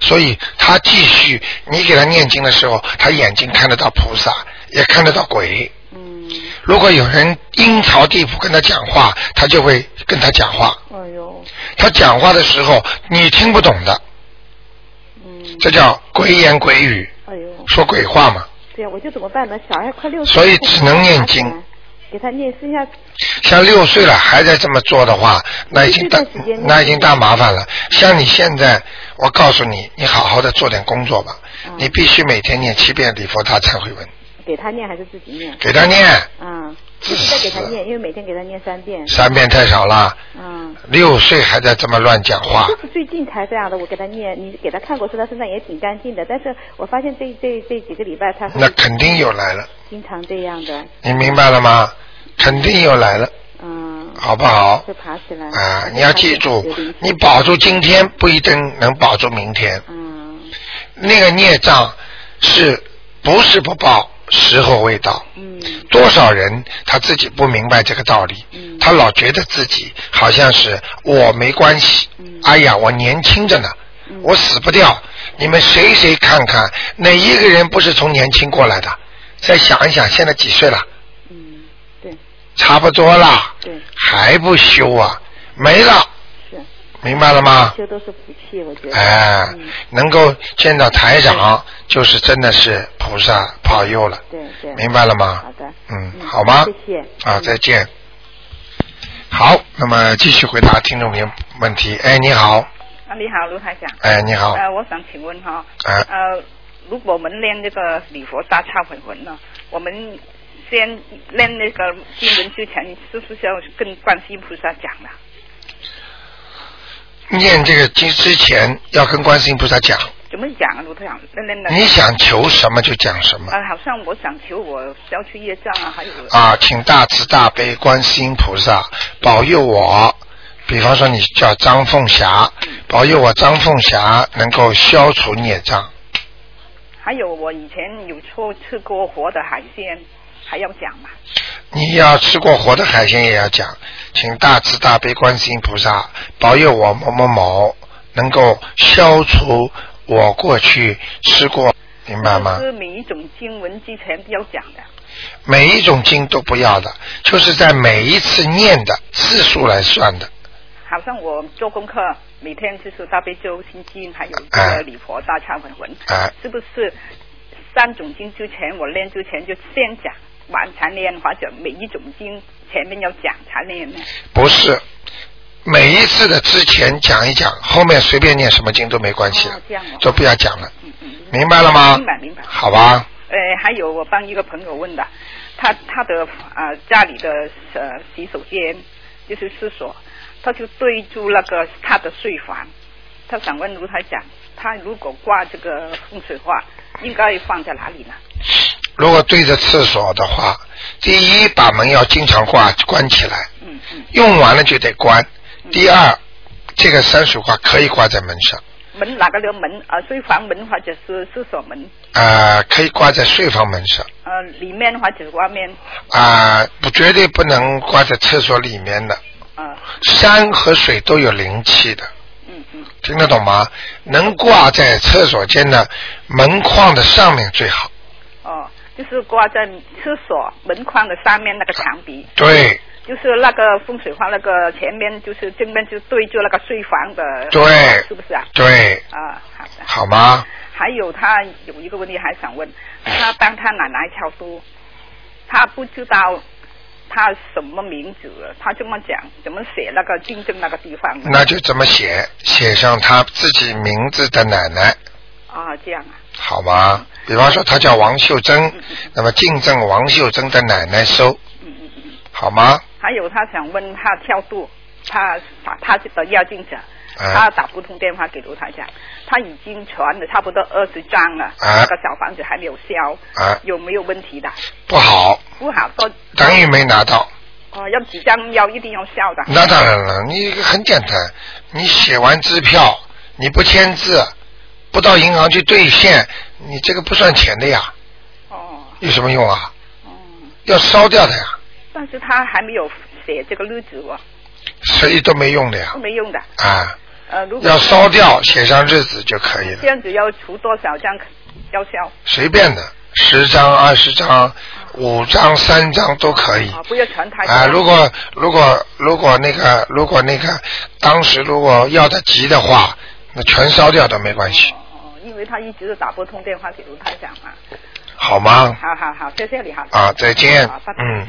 Speaker 2: 所以他继续，你给他念经的时候，他眼睛看得到菩萨，也看得到鬼。如果有人阴曹地府跟他讲话，他就会跟他讲话。
Speaker 4: 哎呦，
Speaker 2: 他讲话的时候你听不懂的，这叫鬼言鬼语，
Speaker 4: 嗯哎呦，
Speaker 2: 说鬼话嘛。
Speaker 4: 对呀，我就怎么办呢？小孩快六岁，
Speaker 2: 所以只能念经，
Speaker 4: 给他念，剩下
Speaker 2: 像六岁了还在这么做的话，那已经大
Speaker 4: 这段时间
Speaker 2: 那已经大麻烦了。像你现在，我告诉你，你好好的做点工作吧，
Speaker 4: 嗯
Speaker 2: 你必须每天念七遍礼佛大忏悔文，
Speaker 4: 给他念还是自己念？
Speaker 2: 给他念
Speaker 4: 嗯，自己再给他念，因为每天给他念三遍。
Speaker 2: 三遍太少了。
Speaker 4: 嗯。
Speaker 2: 六岁还在这么乱讲话，
Speaker 4: 就是最近才这样的，我给他念，你给他看过，说他身上也挺干净的，但是我发现这这这几个礼拜他
Speaker 2: 那肯定有来了，
Speaker 4: 经常这样的，
Speaker 2: 你明白了吗？肯定有来了，
Speaker 4: 嗯，
Speaker 2: 好不好？
Speaker 4: 会爬起来。
Speaker 2: 啊，你要记住，你保住今天不一定能保住明天。
Speaker 4: 嗯。
Speaker 2: 那个孽障是不是不报，时候未到。
Speaker 4: 嗯。
Speaker 2: 多少人他自己不明白这个道理，
Speaker 4: 嗯
Speaker 2: 他老觉得自己好像是我没关系，
Speaker 4: 嗯
Speaker 2: 哎呀，我年轻着呢，我死不掉。你们谁谁看看，哪一个人不是从年轻过来的？再想一想，现在几岁了？
Speaker 4: 嗯对。
Speaker 2: 差不多啦。
Speaker 4: 对。
Speaker 2: 还不修啊，没了。明白了吗？
Speaker 4: 这都是嗯福气，我觉得。
Speaker 2: 哎，能够见到台长，就是真的是菩萨保佑了。
Speaker 4: 对对。
Speaker 2: 明白了吗
Speaker 4: 好的。
Speaker 2: 嗯，好吗？
Speaker 4: 谢嗯谢。
Speaker 2: 啊，再见。好，那么继续回答听众朋友问题。哎，你好，
Speaker 5: 啊，你好，卢台长。
Speaker 2: 哎你好
Speaker 5: 呃，我想请问哈，
Speaker 2: 哎
Speaker 5: 呃，如果我们练这个礼佛大忏悔文呢，我们先练那个经文之前，是不是要跟观世音菩萨讲啊的？
Speaker 2: 念这个经之前要跟观世音菩萨讲，
Speaker 5: 怎么讲啊，卢台长？那那那
Speaker 2: 你想求什么就讲什么
Speaker 5: 呃，好像我想求我消去业障啊，还有
Speaker 2: 啊，请大慈大悲观世音菩萨保佑我。比方说，你叫张凤霞，保佑我张凤霞能够消除孽障。
Speaker 5: 还有我以前有错吃过活的海鲜，还要讲嘛？
Speaker 2: 你要吃过活的海鲜也要讲，请大慈大悲观世音菩萨保佑我某某某能够消除我过去吃过，明白吗？
Speaker 5: 是每一种经文之前要讲的。
Speaker 2: 每一种经都不要的，就是在每一次念的次数来算的。
Speaker 5: 好像我做功课，每天就是大悲咒、心经，还有这
Speaker 2: 哎
Speaker 5: 个礼佛大忏悔文，
Speaker 2: 哎
Speaker 5: 是不是三种经之前，我练之前就先讲，晚才练，或者每一种经前面要讲才练呢？
Speaker 2: 不是，每一次的之前讲一讲，后面随便念什么经都没关系了
Speaker 5: 哦这样哦，
Speaker 2: 就不要讲了，
Speaker 5: 嗯嗯。
Speaker 2: 明白了吗？
Speaker 5: 明白明白
Speaker 2: 好吧，
Speaker 5: 呃，还有我帮一个朋友问的，他他的啊、呃家里的呃洗手间就是厕所，他就对住那个他的睡房，他想问卢台长，他如果挂这个风水画，应该放在哪里呢？
Speaker 2: 如果对着厕所的话，第一把门要经常挂关起来，
Speaker 5: 嗯嗯，
Speaker 2: 用完了就得关。第二，这个山水画可以挂在门上，
Speaker 5: 门哪个的门啊、呃睡房门或者是厕所门，
Speaker 2: 呃，可以挂在睡房门上，
Speaker 5: 呃，里面或者是外面，
Speaker 2: 啊、不绝对不能挂在厕所里面的。
Speaker 5: 呃，
Speaker 2: 山和水都有灵气的，
Speaker 5: 嗯嗯
Speaker 2: 听得懂吗？能挂在厕所间的门框的上面最好。
Speaker 5: 哦，就是挂在厕所门框的上面那个墙壁。
Speaker 2: 对
Speaker 5: 就是那个风水画，那个前面就是正面就对着那个睡房的，
Speaker 2: 对
Speaker 5: 是不是啊？
Speaker 2: 对，
Speaker 5: 啊，好的。
Speaker 2: 好吗？
Speaker 5: 还有他有一个问题还想问，他帮他奶奶超度，他不知道他什么名字，他这么讲，怎么写那个竞争那个地方呢？
Speaker 2: 那就这么写，写上他自己名字的奶奶，
Speaker 5: 啊，这样啊，
Speaker 2: 好吗？比方说他叫王秀珍，那么敬赠王秀珍的奶奶收，
Speaker 5: 嗯嗯嗯。
Speaker 2: 好吗？
Speaker 5: 还有他想问他跳度，他打他的要进者，
Speaker 2: 哎
Speaker 5: 他打不通电话给卢台长，他已经传了差不多二十张了，
Speaker 2: 哎
Speaker 5: 那个小房子还没有消，
Speaker 2: 哎
Speaker 5: 有没有问题的？
Speaker 2: 不好，
Speaker 5: 不好说，
Speaker 2: 等于没拿到。
Speaker 5: 哦，要几张要一定要消的。
Speaker 2: 那当然了，你很简单，你写完支票，你不签字，不到银行去兑现，你这个不算钱的呀，
Speaker 5: 哦
Speaker 2: 有什么用啊？
Speaker 5: 哦，
Speaker 2: 要烧掉的呀，
Speaker 5: 但是他还没有写这个日子哦，
Speaker 2: 谁都没用的呀
Speaker 5: 都，没用的。
Speaker 2: 啊，
Speaker 5: 呃，如果
Speaker 2: 要烧掉，写上日子就可以了，
Speaker 5: 这样子要除多少张要消？
Speaker 2: 随便的，十张、二十张、五张、三张都可以。
Speaker 5: 啊，不要传太多。
Speaker 2: 啊，如果如果如果那个如果那个当时如果要的急的话，那全烧掉都没关系，
Speaker 5: 哦，因为他一直都打不通电话给卢台长嘛。
Speaker 2: 好吗？
Speaker 5: 好好好，谢谢你哈。
Speaker 2: 啊，再见
Speaker 5: 好，拜。拜
Speaker 2: 嗯，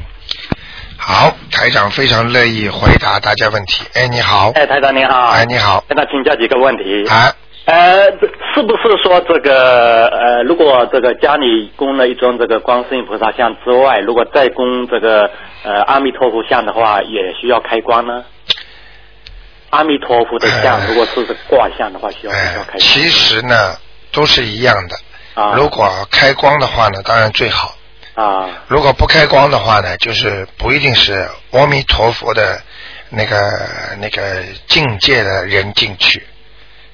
Speaker 2: 好，台长非常乐意回答大家问题。哎，你好，
Speaker 6: 哎，台长您好。
Speaker 2: 哎，你好，
Speaker 6: 跟他请教几个问题。
Speaker 2: 啊，
Speaker 6: 呃，这是不是说这个呃，如果这个家里供了一尊这个观世音菩萨像之外，如果再供这个呃阿弥陀佛像的话，也需要开光呢？阿弥陀佛的像，
Speaker 2: 哎
Speaker 6: 如果是卦像的话，需要需要
Speaker 2: 哎
Speaker 6: 开，
Speaker 2: 其实呢都是一样的。
Speaker 6: 光。
Speaker 2: 如果开光的话呢，当然最好；
Speaker 6: 啊啊
Speaker 2: 如果不开光的话呢，就是不一定是阿弥陀佛的那个那个境界的人进去，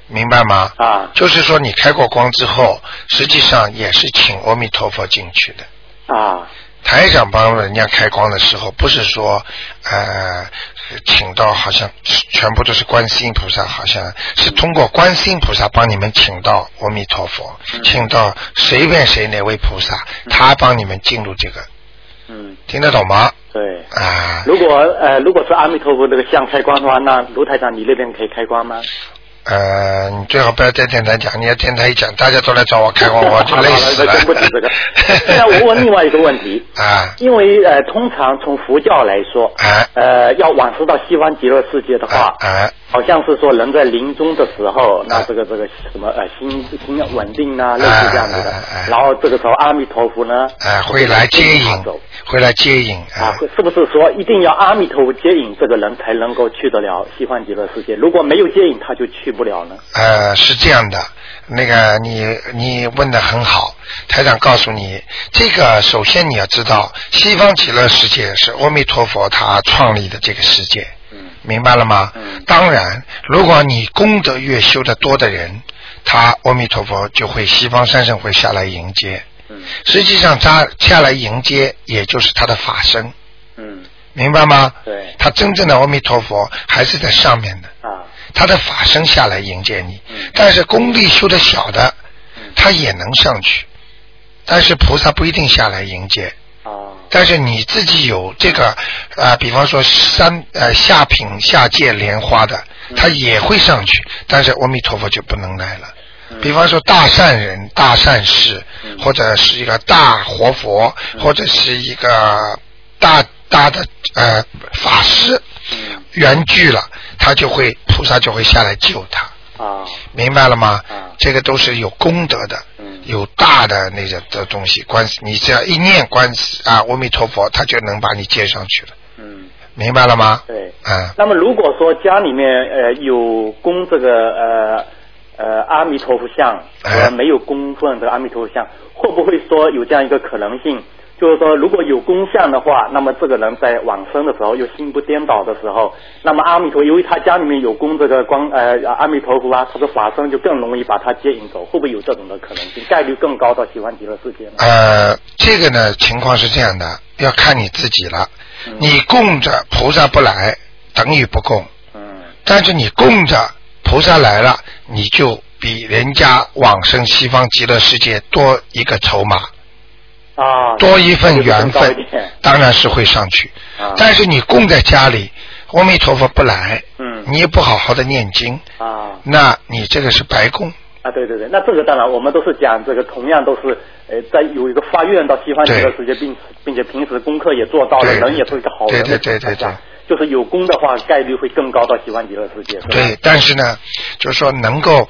Speaker 2: 明白吗？
Speaker 6: 啊
Speaker 2: 就是说你开过光之后，实际上也是请阿弥陀佛进去的。
Speaker 6: 啊
Speaker 2: 台长帮人家开光的时候，不是说呃请到好像全部都是观世音菩萨，好像是通过观世音菩萨帮你们请到阿弥陀佛，请到随便谁哪位菩萨，他帮你们进入这个，
Speaker 6: 嗯，
Speaker 2: 听得懂吗？
Speaker 6: 对。
Speaker 2: 啊、
Speaker 6: 如果呃，如果是阿弥陀佛这个像开光的话，那卢台长你那边可以开光吗？
Speaker 2: 呃，你最好不要在电台讲，你要电台一讲，大家都来找我开光，哦我就累死了
Speaker 6: 好了不提这个。 <laughs> 那我问另外一个问题。
Speaker 2: 啊
Speaker 6: 因为呃，通常从佛教来说，
Speaker 2: 啊
Speaker 6: 呃，要往生到西方极乐世界的话，
Speaker 2: 啊啊
Speaker 6: 好像是说人在临终的时候，
Speaker 2: 啊
Speaker 6: 那这个这个什么呃心心稳定啊，类似这样子的。
Speaker 2: 啊啊啊
Speaker 6: 然后这个时候阿弥陀佛呢，
Speaker 2: 啊，会来接引哎
Speaker 6: 走，
Speaker 2: 会来接引
Speaker 6: 啊，会是不是说一定要阿弥陀佛接引这个人才能够去得了西方极乐世界？如果没有接引，他就去不了呢？
Speaker 2: 呃，是这样的，那个你你问的很好，台长告诉你，这个首先你要知道，西方极乐世界是阿弥陀佛他创立的这个世界，
Speaker 6: 嗯
Speaker 2: 明白了吗？
Speaker 6: 嗯
Speaker 2: 当然，如果你功德越修得多的人，他阿弥陀佛就会西方三圣会下来迎接。
Speaker 6: 嗯
Speaker 2: 实际上，他下来迎接，也就是他的法身，
Speaker 6: 嗯，
Speaker 2: 明白吗？
Speaker 6: 对
Speaker 2: 他真正的阿弥陀佛还是在上面的。
Speaker 6: 啊，
Speaker 2: 他的法身下来迎接你
Speaker 6: 嗯，
Speaker 2: 但是功力修的小的
Speaker 6: 嗯，
Speaker 2: 他也能上去，但是菩萨不一定下来迎接。
Speaker 6: 啊
Speaker 2: 但是你自己有这个，呃，比方说三呃下
Speaker 6: 嗯
Speaker 2: 品下界莲花的，他也会上去，但是阿弥陀佛就不能来了。
Speaker 6: 嗯
Speaker 2: 比方说大善人、大善事，或者是一个大活佛，
Speaker 6: 嗯
Speaker 2: 或者是一个大大的呃法师
Speaker 6: 嗯
Speaker 2: 圆寂了，他就会菩萨就会下来救他。
Speaker 6: 啊，
Speaker 2: 明白了吗
Speaker 6: 嗯？
Speaker 2: 这个都是有功德的
Speaker 6: 嗯，
Speaker 2: 有大的那个的东西观世，你只要一念观世啊，阿弥陀佛，他就能把你接上去了，
Speaker 6: 嗯，
Speaker 2: 明白了吗？
Speaker 6: 对。
Speaker 2: 嗯，
Speaker 6: 那么如果说家里面呃有供这个呃呃阿弥陀佛像，
Speaker 2: 哎
Speaker 6: 呃没有供奉这个阿弥陀佛像，会不会说有这样一个可能性？就是说，如果有供像的话，那么这个人在往生的时候又心不颠倒的时候，那么阿弥陀，由于他家里面有供这个光呃阿弥陀佛啊，他的法身就更容易把他接引走，会不会有这种的可能性？概率更高到喜欢极乐世界呢？
Speaker 2: 呃，这个呢情况是这样的，要看你自己了。
Speaker 6: 嗯
Speaker 2: 你供着菩萨不来，等于不供；
Speaker 6: 嗯
Speaker 2: 但是你供着菩萨来了，你就比人家往生西方极乐世界多一个筹码。
Speaker 6: 啊，
Speaker 2: 多一份缘
Speaker 6: 这个更高
Speaker 2: 分
Speaker 6: 一点，
Speaker 2: 当然是会上去。
Speaker 6: 啊
Speaker 2: 但是你供在家里，阿弥陀佛不来，
Speaker 6: 嗯
Speaker 2: 你也不好好的念经，
Speaker 6: 啊。
Speaker 2: 那你这个是白供。
Speaker 6: 啊，对对对，那这个当然，我们都是讲这个，同样都是，呃，在有一个发愿到西方极乐世界，并并且平时功课也做到了，
Speaker 2: 对对
Speaker 6: 人也是一个好人的
Speaker 2: 对对对对对
Speaker 6: 情况下就是有功的话，概率会更高到西方极乐世界。是吧，
Speaker 2: 对，但是呢，就是说能够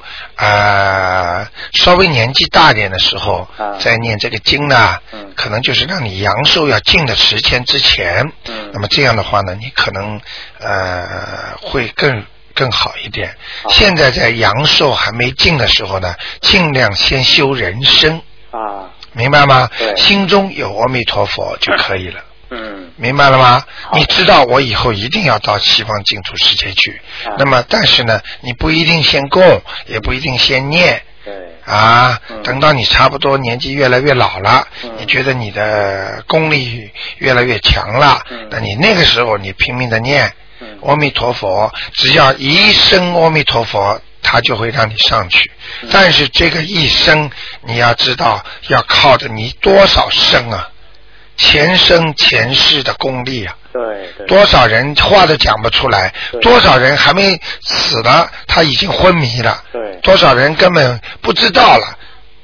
Speaker 2: 呃稍微年纪大点的时候，
Speaker 6: 啊
Speaker 2: 再念这个经呢，
Speaker 6: 嗯
Speaker 2: 可能就是让你阳寿要尽的时间之前，
Speaker 6: 嗯
Speaker 2: 那么这样的话呢，你可能呃会更。更好一点。
Speaker 6: 好
Speaker 2: 现在在阳寿还没尽的时候呢，尽量先修人身，
Speaker 6: 啊，
Speaker 2: 明白吗？
Speaker 6: 对
Speaker 2: 心中有阿弥陀佛就可以了。
Speaker 6: 嗯
Speaker 2: 明白了吗？你知道我以后一定要到西方净土世界去
Speaker 6: 啊。
Speaker 2: 那么，但是呢，你不一定先供，也不一定先念
Speaker 6: 对，
Speaker 2: 啊
Speaker 6: 嗯。
Speaker 2: 等到你差不多年纪越来越老了
Speaker 6: 嗯，
Speaker 2: 你觉得你的功力越来越强了
Speaker 6: 嗯，
Speaker 2: 那你那个时候你拼命的念
Speaker 6: 嗯
Speaker 2: 阿弥陀佛，只要一声阿弥陀佛。他就会让你上去，但是这个一生你要知道，要靠着你多少生啊，前生前世的功力啊，
Speaker 6: 对对，
Speaker 2: 多少人话都讲不出来
Speaker 6: 对，
Speaker 2: 多少人还没死呢，他已经昏迷了，
Speaker 6: 对
Speaker 2: 多少人根本不知道了，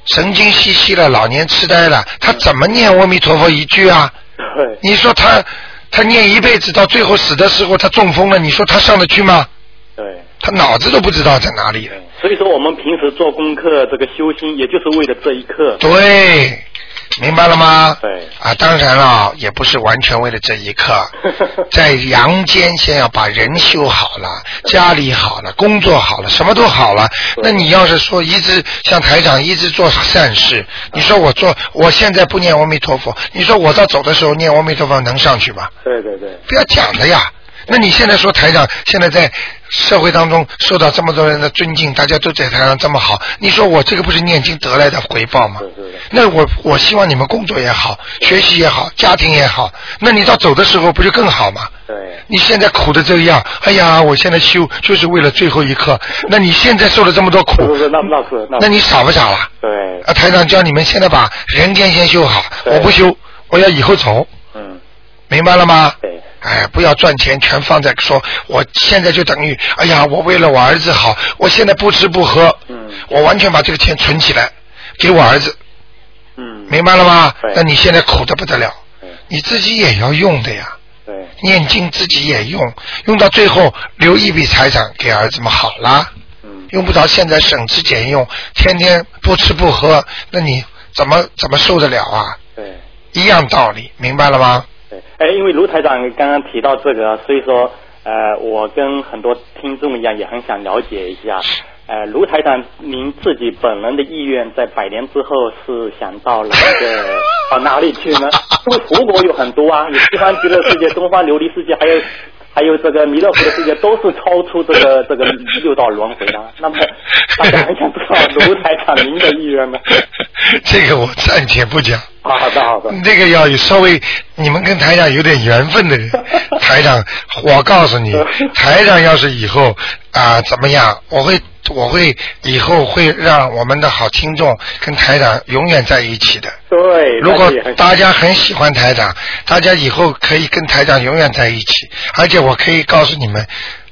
Speaker 2: 神经兮兮了，老年痴呆了，他怎么念阿弥陀佛一句啊？
Speaker 6: 对
Speaker 2: 你说他他念一辈子，到最后死的时候他中风了，你说他上得去吗？
Speaker 6: 对。
Speaker 2: 他脑子都不知道在哪里了。
Speaker 6: 所以说，我们平时做功课，这个修心，也就是为了这一刻。
Speaker 2: 对，明白了吗？
Speaker 6: 对
Speaker 2: 啊，当然了，也不是完全为了这一刻，在阳间先要把人修好了，家里好了，工作好了，什么都好了。那你要是说一直像台长一直做善事，你说我做，我现在不念阿弥陀佛，你说我到走的时候念阿弥陀佛能上去吗？
Speaker 6: 对啊对对，
Speaker 2: 不要讲的呀。那你现在说台长现在在社会当中受到这么多人的尊敬，大家都在台上这么好，你说我这个不是念经得来的回报吗
Speaker 6: 是是的？
Speaker 2: 那我我希望你们工作也好，学习也好，家庭也好，那你到走的时候不就更好吗？
Speaker 6: 对
Speaker 2: 你现在苦的这样，哎呀，我现在修就是为了最后一刻。那你现在受了这么多
Speaker 6: 不
Speaker 2: 苦
Speaker 6: 是，是那那是那
Speaker 2: 那你傻不傻了？
Speaker 6: 对，
Speaker 2: 啊，台长叫你们现在把人间先修好，
Speaker 6: 对
Speaker 2: 我不修，我要以后走。
Speaker 6: 嗯，
Speaker 2: 明白了吗？
Speaker 6: 对
Speaker 2: 哎，不要赚钱全放在说，我现在就等于，哎呀，我为了我儿子好，我现在不吃不喝，
Speaker 6: 嗯
Speaker 2: 我完全把这个钱存起来，给我儿子，
Speaker 6: 嗯，
Speaker 2: 明白了吗
Speaker 6: 对？
Speaker 2: 那你现在苦的不得了，
Speaker 6: 对
Speaker 2: 你自己也要用的呀，
Speaker 6: 对
Speaker 2: 念经自己也用，用到最后留一笔财产给儿子们好啦，
Speaker 6: 嗯
Speaker 2: 用不着现在省吃俭用，天天不吃不喝，那你怎么怎么受得了啊？
Speaker 6: 对。
Speaker 2: 一样道理，明白了吗？
Speaker 6: <laughs> 对，哎，因为卢台长刚刚提到这个，所以说，呃，我跟很多听众一样，也很想了解一下，呃，卢台长您自己本人的意愿，在百年之后是想到哪个到哪里去呢？因为佛国有很多啊，有西方极乐世界、东方琉璃世界，还有。还有这个弥勒佛的世界都是超出这个这个六道轮回的，啊那么大家很想知道卢台长您的意愿呢？
Speaker 2: 这个我暂且不讲，
Speaker 6: 好的好的，
Speaker 2: 那个要有稍微你们跟台长有点缘分
Speaker 6: <laughs>
Speaker 2: 的人，台长，我告诉你，台长要是以后啊、怎么样，我会我会以后会让我们的好听众跟台长永远在一起的。
Speaker 6: 对，
Speaker 2: 如果
Speaker 6: 那也很
Speaker 2: 大家很喜欢台长，大家以后可以跟台长永远在一起，而且我可以告诉你们，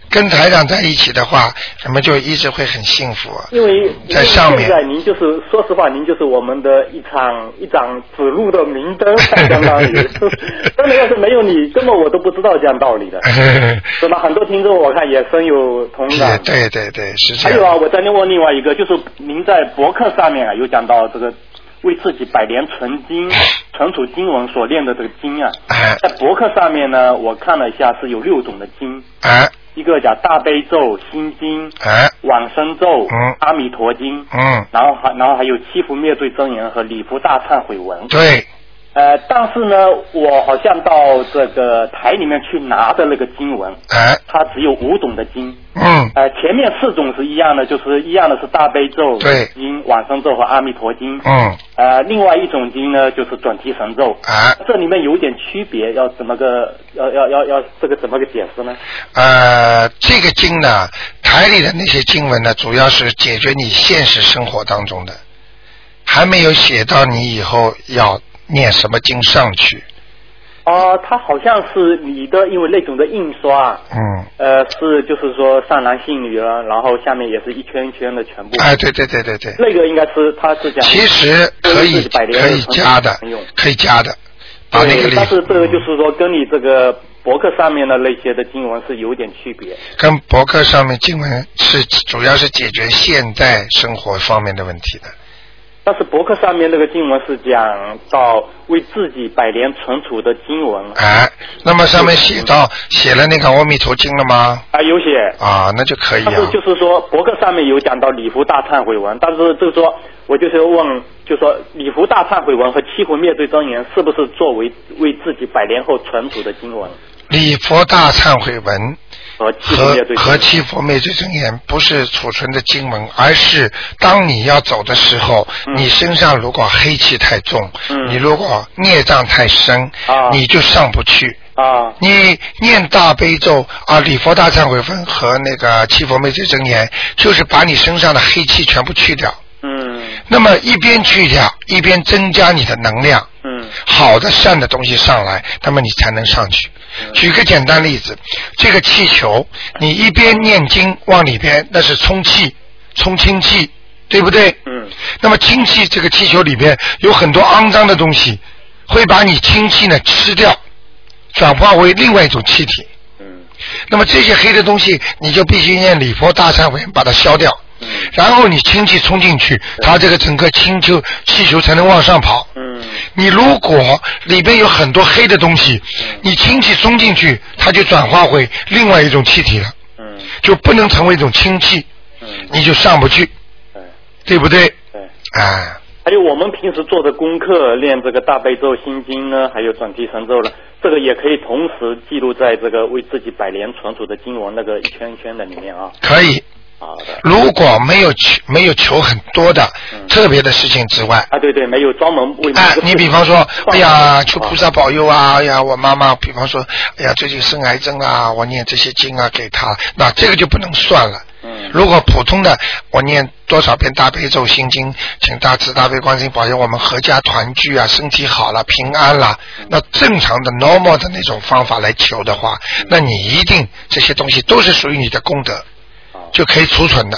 Speaker 2: 跟台长在一起的话，咱们就一直会很幸福。啊
Speaker 6: 因为
Speaker 2: 在上面
Speaker 6: 现在您就是说实话，您就是我们的一场一盏指路的明灯，相
Speaker 2: <laughs>
Speaker 6: 当于真的要是没有你，根本我都不知道这样道理
Speaker 2: <laughs>
Speaker 6: 的， <laughs> 是啊吧？很多听众我看也深有同
Speaker 2: 也
Speaker 6: 感。
Speaker 2: 对对对，是这
Speaker 6: 还有
Speaker 2: 样。
Speaker 6: 啊，我再另问另外一个，就是您在博客上面啊有讲到这个为自己百年存
Speaker 2: <laughs>
Speaker 6: 经、存储经文所练的这个经啊，
Speaker 2: 哎
Speaker 6: 在博客上面呢，我看了一下是有六种的经，
Speaker 2: 哎
Speaker 6: 一个叫大悲咒、心经、
Speaker 2: 哎，
Speaker 6: 往生咒、
Speaker 2: 嗯
Speaker 6: 阿弥陀经，
Speaker 2: 嗯，
Speaker 6: 然后还然后还有七佛灭罪真言和礼佛大忏悔文。
Speaker 2: 对，
Speaker 6: 呃，但是呢，我好像到这个台里面去拿的那个经文，
Speaker 2: 哎，
Speaker 6: 它只有五种的经。
Speaker 2: 嗯，
Speaker 6: 呃，前面四种是一样的，就是一样的是大悲咒、
Speaker 2: 对
Speaker 6: 经、往生咒和阿弥陀经。
Speaker 2: 嗯，
Speaker 6: 呃，另外一种经呢，就是准提神咒。
Speaker 2: 哎。
Speaker 6: 这里面有点区别，要怎么个要要要要这个怎么个解释呢？
Speaker 2: 呃，这个经呢，台里的那些经文呢，主要是解决你现实生活当中的，还没有写到你以后要念什么经上去。
Speaker 6: 哦，它好像是你的，因为那种的印刷啊，
Speaker 2: 嗯，
Speaker 6: 呃，是就是说善男信女啊，然后下面也是一圈一圈的全部。
Speaker 2: 哎，对对对对对，
Speaker 6: 那个应该是它是讲，
Speaker 2: 其实可
Speaker 6: 就是
Speaker 2: 以
Speaker 6: 自己百年
Speaker 2: 可以加的
Speaker 6: 很有，
Speaker 2: 可以加的，把那个
Speaker 6: 对
Speaker 2: 里
Speaker 6: 但是这个就是说跟你这个博客上面的那些的经文是有点区别。
Speaker 2: 跟博客上面经文是主要是解决现代生活方面的问题的。
Speaker 6: 但是博客上面那个经文是讲到为自己百年存储的经文，
Speaker 2: 哎，那么上面写到写了那个《阿弥陀经》了吗？
Speaker 6: 啊有写，
Speaker 2: 啊，那就可以
Speaker 6: 但是
Speaker 2: 啊。
Speaker 6: 就是说博客上面有讲到礼服大忏悔文，但是就是说我就是问，就说礼服大忏悔文和七佛灭罪真言是不是作为为自己百年后存储的经文
Speaker 2: 礼佛大忏悔文
Speaker 6: 和七佛
Speaker 2: 和
Speaker 6: 灭罪真
Speaker 2: 和
Speaker 6: 言？
Speaker 2: 七佛灭罪真言不是储存的经文，而是当你要走的时候，
Speaker 6: 嗯
Speaker 2: 你身上如果黑气太重，
Speaker 6: 嗯
Speaker 2: 你如果孽障太深，
Speaker 6: 啊
Speaker 2: 你就上不去。
Speaker 6: 啊
Speaker 2: 你念大悲咒啊，礼佛大忏悔文和那个七佛灭罪真言，就是把你身上的黑气全部去掉。
Speaker 6: 嗯
Speaker 2: 那么一边去掉，一边增加你的能量，
Speaker 6: 嗯
Speaker 2: 好的善的东西上来，那么你才能上去。
Speaker 6: 嗯
Speaker 2: 举个简单例子，这个气球，你一边念经往里边，那是充气、充氢气，对不对？
Speaker 6: 嗯
Speaker 2: 那么氢气这个气球里边有很多肮脏的东西，会把你氢气呢吃掉，转化为另外一种气体。
Speaker 6: 嗯
Speaker 2: 那么这些黑的东西，你就必须念礼佛大忏悔把它消掉，
Speaker 6: 嗯
Speaker 2: 然后你氢气冲进去，它这个整个氢球气球才能往上跑。
Speaker 6: 嗯
Speaker 2: 你如果里边有很多黑的东西
Speaker 6: 嗯，
Speaker 2: 你氢气冲进去，它就转化为另外一种气体了，
Speaker 6: 嗯
Speaker 2: 就不能成为一种氢气，
Speaker 6: 嗯，
Speaker 2: 你就上不去，
Speaker 6: 对
Speaker 2: 对不对？
Speaker 6: 对。
Speaker 2: 啊，
Speaker 6: 还有我们平时做的功课，练这个大悲咒、心经呢，还有转提神咒呢，这个也可以同时记录在这个为自己百年存储的经文那个一圈一圈的里面啊。
Speaker 2: 可以。
Speaker 6: 好的。
Speaker 2: 如果没有求没有求很多的
Speaker 6: 嗯
Speaker 2: 特别的事情之外，
Speaker 6: 啊，对对，没有专门为
Speaker 2: 哎，你比
Speaker 6: <laughs>
Speaker 2: 方说，哎呀，求菩
Speaker 6: 萨。
Speaker 2: 萨保佑啊！哎呀，我妈妈，比方说，哎呀，最近生癌症啊，我念这些经啊给她，那这个就不能算了。
Speaker 6: 嗯
Speaker 2: 如果普通的，我念多少遍大悲咒心经，请大慈大悲观世音保佑我们阖家团聚啊，身体好了，平安了。那正常的 normal 的那种方法来求的话，那你一定这些东西都是属于你的功德。
Speaker 6: 好
Speaker 2: 就可以储存的。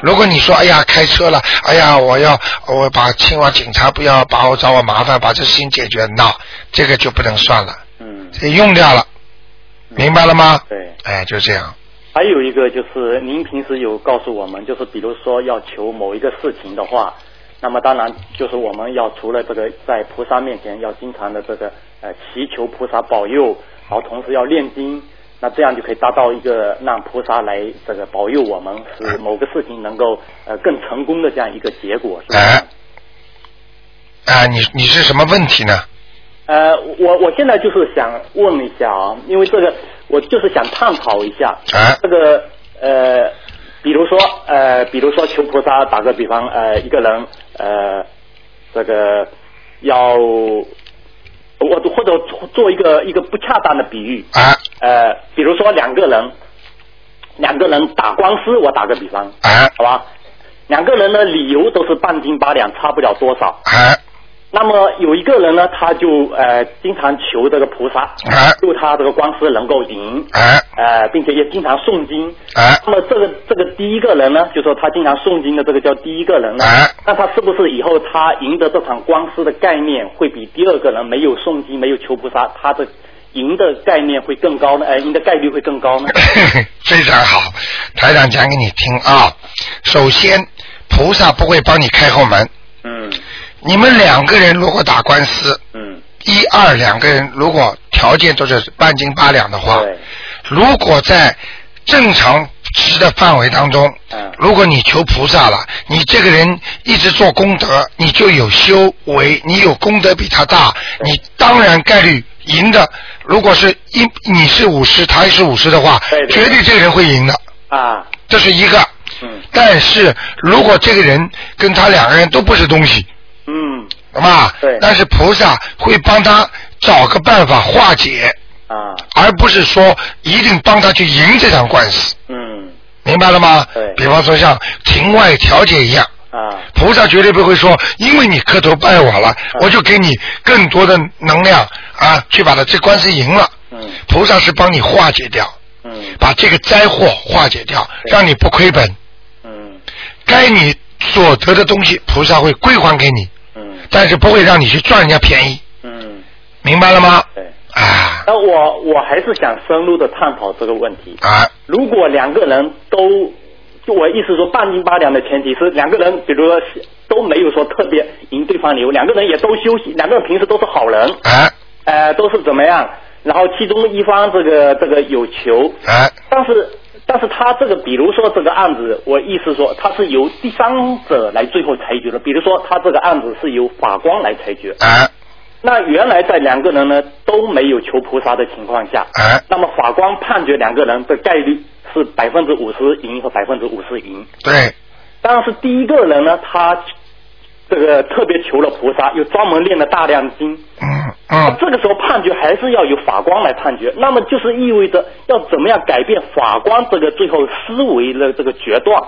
Speaker 2: 如果你说哎呀开车了，哎呀我要我把希望警察不要把我找我麻烦，把这事情解决，那这个就不能算了，
Speaker 6: 嗯，
Speaker 2: 这用掉了，明白了吗？
Speaker 6: 对。
Speaker 2: 哎，就这样。
Speaker 6: 还有一个就是，您平时有告诉我们，就是比如说要求某一个事情的话，那么当然就是我们要除了这个在菩萨面前要经常的这个呃祈求菩萨保佑，然后同时要念经，那这样就可以达到一个让菩萨来这个保佑我们，使某个事情能够呃更成功的这样一个结果，是吧？
Speaker 2: 哎，哎，你你是什么问题呢？
Speaker 6: 呃，我我现在就是想问一下啊，因为这个我就是想探讨一下，
Speaker 2: 哎
Speaker 6: 这个呃，比如说呃，比如说求菩萨，打个比方，呃，一个人呃，这个要我或者做一个一个不恰当的比喻，
Speaker 2: 哎
Speaker 6: 呃，比如说两个人两个人打官司，我打个比方，
Speaker 2: 哎
Speaker 6: 好吧，两个人的理由都是半斤八两，差不了多少，
Speaker 2: 哎
Speaker 6: 那么有一个人呢，他就呃经常求这个菩萨
Speaker 2: 哎
Speaker 6: 救他这个官司能够赢，
Speaker 2: 哎
Speaker 6: 呃，并且也经常诵经。
Speaker 2: 哎
Speaker 6: 那么这个这个第一个人呢，就说他经常诵经的这个叫第一个人呢
Speaker 2: 哎，
Speaker 6: 那他是不是以后他赢得这场官司的概念会比第二个人没有诵经、没有求菩萨，他的赢的概念会更高呢？呃，赢的概率会
Speaker 2: <laughs>
Speaker 6: 更高呢？
Speaker 2: 非常好，台长讲给你听啊。首先，菩萨不会帮你开后门。
Speaker 6: 嗯
Speaker 2: 你们两个人如果打官司，
Speaker 6: 嗯，
Speaker 2: 一二两个人如果条件都是半斤八两的话，
Speaker 6: 对，
Speaker 2: 如果在正常值的范围当中，
Speaker 6: 嗯
Speaker 2: 如果你求菩萨了，你这个人一直做功德，你就有修为，你有功德比他大，
Speaker 6: 对
Speaker 2: 你当然概率赢的。如果是一你是五十，他也是五十的话，
Speaker 6: 对对
Speaker 2: 绝对这个人会赢的，
Speaker 6: 啊，
Speaker 2: 这是一个。
Speaker 6: 嗯
Speaker 2: 但是如果这个人跟他两个人都不是东西，
Speaker 6: 嗯
Speaker 2: 懂吗？
Speaker 6: 对
Speaker 2: 但是菩萨会帮他找个办法化解，
Speaker 6: 啊，
Speaker 2: 而不是说一定帮他去赢这场官司。
Speaker 6: 嗯
Speaker 2: 明白了吗？
Speaker 6: 对
Speaker 2: 比方说像庭外调解一样，
Speaker 6: 啊，
Speaker 2: 菩萨绝对不会说，因为你磕头拜我了，
Speaker 6: 嗯
Speaker 2: 我就给你更多的能量啊，去把他这官司赢了。
Speaker 6: 嗯
Speaker 2: 菩萨是帮你化解掉，
Speaker 6: 嗯
Speaker 2: 把这个灾祸化解掉，
Speaker 6: 对
Speaker 2: 让你不亏本。
Speaker 6: 嗯
Speaker 2: 该你所得的东西，菩萨会归还给你，
Speaker 6: 嗯
Speaker 2: 但是不会让你去赚人家便宜，
Speaker 6: 嗯，
Speaker 2: 明白了吗？
Speaker 6: 对。
Speaker 2: 啊
Speaker 6: 那我我还是想深入的探讨这个问题。
Speaker 2: 啊，
Speaker 6: 如果两个人都，就我意思说半斤八两的前提是两个人，比如说都没有说特别赢对方牛，两个人也都休息，两个人平时都是好人，
Speaker 2: 哎
Speaker 6: 呃，都是怎么样？然后其中一方这个这个有求，
Speaker 2: 哎
Speaker 6: 但是但是他这个，比如说这个案子，我意思说他是由第三者来最后裁决的，比如说他这个案子是由法官来裁决，
Speaker 2: 哎
Speaker 6: 那原来在两个人呢都没有求菩萨的情况下，
Speaker 2: 哎，
Speaker 6: 那么法官判决两个人的概率是百分之五十赢和百分之五十赢。
Speaker 2: 对，
Speaker 6: 嗯但是第一个人呢，他这个特别求了菩萨，又专门练了大量经。
Speaker 2: 嗯
Speaker 6: 那
Speaker 7: 啊
Speaker 2: 嗯。
Speaker 6: 这个时候判决还是要由法官来判决，那么就是意味着要怎么样改变法官这个最后思维的这个决断。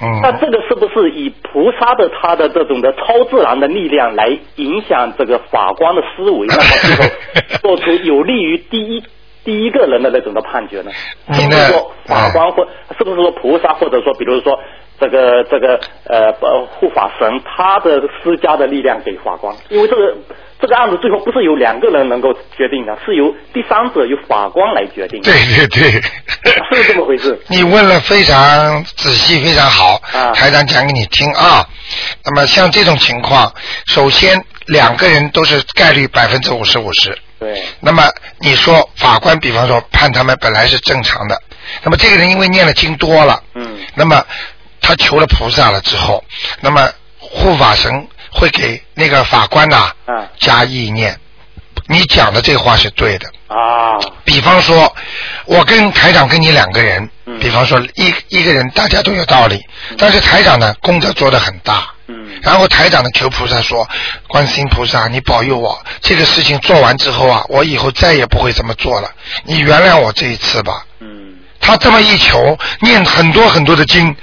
Speaker 2: 嗯
Speaker 6: 那这个是不是以菩萨的他的这种的超自然的力量来影响这个法官的思维，那么最后做出有利于第一第一个人的那种的判决呢？
Speaker 2: 你
Speaker 6: 是不
Speaker 2: 呢
Speaker 6: 是说法官或
Speaker 2: 哎
Speaker 6: 是不是说菩萨或者说比如说这个这个呃呃护法神他的施加的力量给法官，因为这个这个案子最后不是由两个人能够决定的，是由第三者由法官来决定的，
Speaker 2: 对对对，
Speaker 6: 是这么回事？
Speaker 2: 你问了非常仔细，非常好，
Speaker 6: 啊
Speaker 2: 台长讲给你听啊。那么像这种情况，首先两个人都是概率百分之五十五十。
Speaker 6: 对，
Speaker 2: 那么你说法官，比方说判他们本来是正常的，那么这个人因为念了经多了，
Speaker 6: 嗯
Speaker 2: 那么他求了菩萨了之后，那么护法神会给那个法官呐、
Speaker 6: 啊
Speaker 2: 加意念。你讲的这话是对的，
Speaker 6: 啊
Speaker 2: 比方说，我跟台长跟你两个人，
Speaker 6: 嗯
Speaker 2: 比方说一一个人大家都有道理，但是台长呢功德做得很大，
Speaker 6: 嗯
Speaker 2: 然后台长呢求菩萨说，观世音菩萨你保佑我，这个事情做完之后啊，我以后再也不会这么做了，你原谅我这一次吧。
Speaker 6: 嗯
Speaker 2: 他这么一求，念很多很多的经，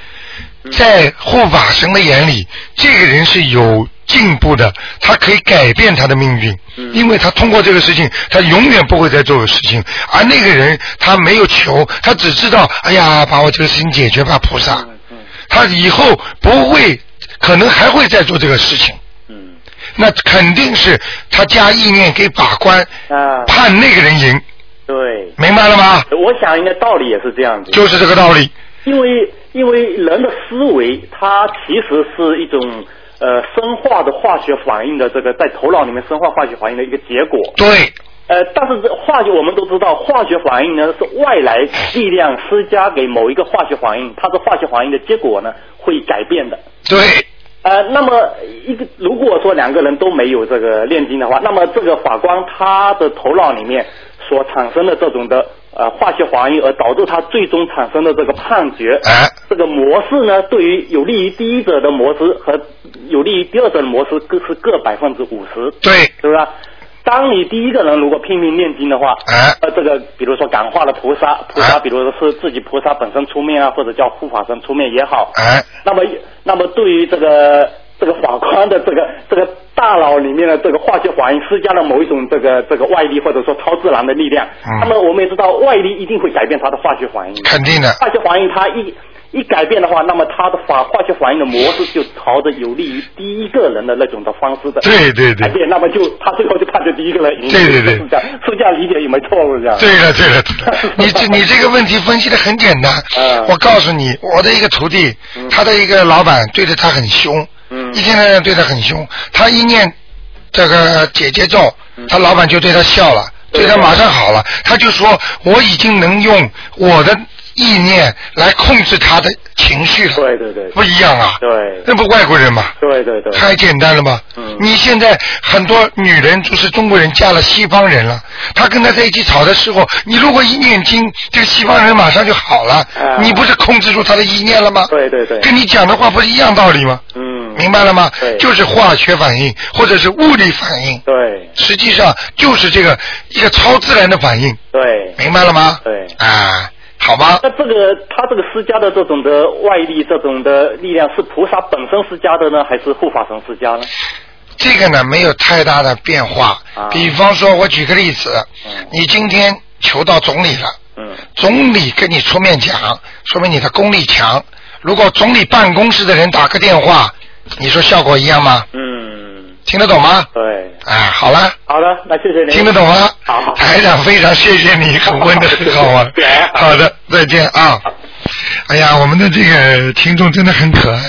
Speaker 6: 嗯
Speaker 2: 在护法神的眼里，这个人是有进步的，他可以改变他的命运，
Speaker 6: 嗯
Speaker 2: 因为他通过这个事情，他永远不会再做的事情。而那个人他没有求，他只知道，哎呀，把我这个事情解决吧，菩萨。
Speaker 6: 嗯嗯
Speaker 2: 他以后不会，可能还会再做这个事情。
Speaker 6: 嗯
Speaker 2: 那肯定是他加意念给法官
Speaker 6: 啊
Speaker 2: 判那个人赢，
Speaker 6: 对。
Speaker 2: 明白了吗？
Speaker 6: 我想应该道理也是这样子，
Speaker 2: 就是这个道理。
Speaker 6: 因为因为人的思维，它其实是一种呃生化的化学反应的这个在头脑里面生化化学反应的一个结果。
Speaker 2: 对，
Speaker 6: 呃，但是这化学我们都知道，化学反应呢是外来力量施加给某一个化学反应，它的化学反应的结果呢会改变的。
Speaker 2: 对，
Speaker 6: 呃，那么一个如果说两个人都没有这个炼金的话，那么这个法官他的头脑里面所产生的这种的呃化学反应，而导致他最终产生的这个判决，
Speaker 2: 哎，
Speaker 6: 这个模式呢，对于有利于第一者的模式和有利于第二者的模式各是各百分之五十，
Speaker 2: 对，
Speaker 6: 是不是啊？当你第一个人如果拼命念经的话，
Speaker 2: 哎，
Speaker 6: 呃，这个比如说感化了菩萨，菩萨
Speaker 2: 哎
Speaker 6: 比如说是自己菩萨本身出面啊，或者叫护法神出面也好，
Speaker 2: 哎，
Speaker 6: 那么，那么对于这个这这个法框的这个这个大脑里面的这个化学反应施加了某一种这个这个外力或者说超自然的力量。
Speaker 2: 嗯
Speaker 6: 那么我们也知道，外力一定会改变它的化学反应。
Speaker 2: 肯定的，
Speaker 6: 化学反应它一一改变的话，那么它的法化学反应的模式就朝着有利于第一个人的那种的方式的
Speaker 2: 对对
Speaker 6: 改
Speaker 2: 对，
Speaker 6: 变，那么就他最后就看着第一个人赢。
Speaker 2: 对对对
Speaker 6: 是这样，是这样理解有没有错误？这样。
Speaker 2: 对了对了对
Speaker 6: <laughs>
Speaker 2: 了，你这你这个问题分析的很简单。
Speaker 6: 嗯
Speaker 2: 我告诉你，我的一个徒弟，他的一个老板对着他很凶，
Speaker 6: 嗯
Speaker 2: 一天到晚对他很凶。他一念这个姐姐咒，
Speaker 6: 嗯
Speaker 2: 他老板就对他笑了，对他马上好了。他就说我已经能用我的意念来控制他的情绪了，
Speaker 6: 对对对
Speaker 2: 不一样啊。
Speaker 6: 对
Speaker 2: 那不外国人吗？
Speaker 6: 对对对。
Speaker 2: 太简单了吧？
Speaker 6: 嗯
Speaker 2: 你现在很多女人就是中国人嫁了西方人了，她跟他在一起吵的时候，你如果一念经，这个西方人马上就好了，
Speaker 6: 啊
Speaker 2: 你不是控制住他的意念了吗？
Speaker 6: 对对对
Speaker 2: 跟你讲的话不是一样道理吗？
Speaker 6: 嗯。
Speaker 2: 明白了吗
Speaker 6: 对？
Speaker 2: 就是化学反应或者是物理反应，
Speaker 6: 对
Speaker 2: 实际上就是这个一个超自然的反应，
Speaker 6: 对。
Speaker 2: 明白了吗？
Speaker 6: 对
Speaker 2: 啊，好吧，
Speaker 6: 那这个他这个施加的这种的外力，这种的力量是菩萨本身施加的呢，还是护法神施加呢？
Speaker 2: 这个呢没有太大的变化
Speaker 6: 啊。
Speaker 2: 比方说，我举个例子
Speaker 6: 嗯，
Speaker 2: 你今天求到总理了，
Speaker 6: 嗯
Speaker 2: 总理跟你出面讲，说明你的功力强。如果总理办公室的人打个电话，你说效果一样吗？
Speaker 6: 嗯，
Speaker 2: 听得懂吗？
Speaker 6: 对。
Speaker 2: 哎，好了，
Speaker 6: 好的，啊那谢谢您。
Speaker 2: 听得懂吗
Speaker 6: 好？
Speaker 2: 台长非常谢谢你，很温的很好啊
Speaker 6: <laughs> 对。
Speaker 2: 好的，再见啊。哎呀，我们的这个听众真的很可爱。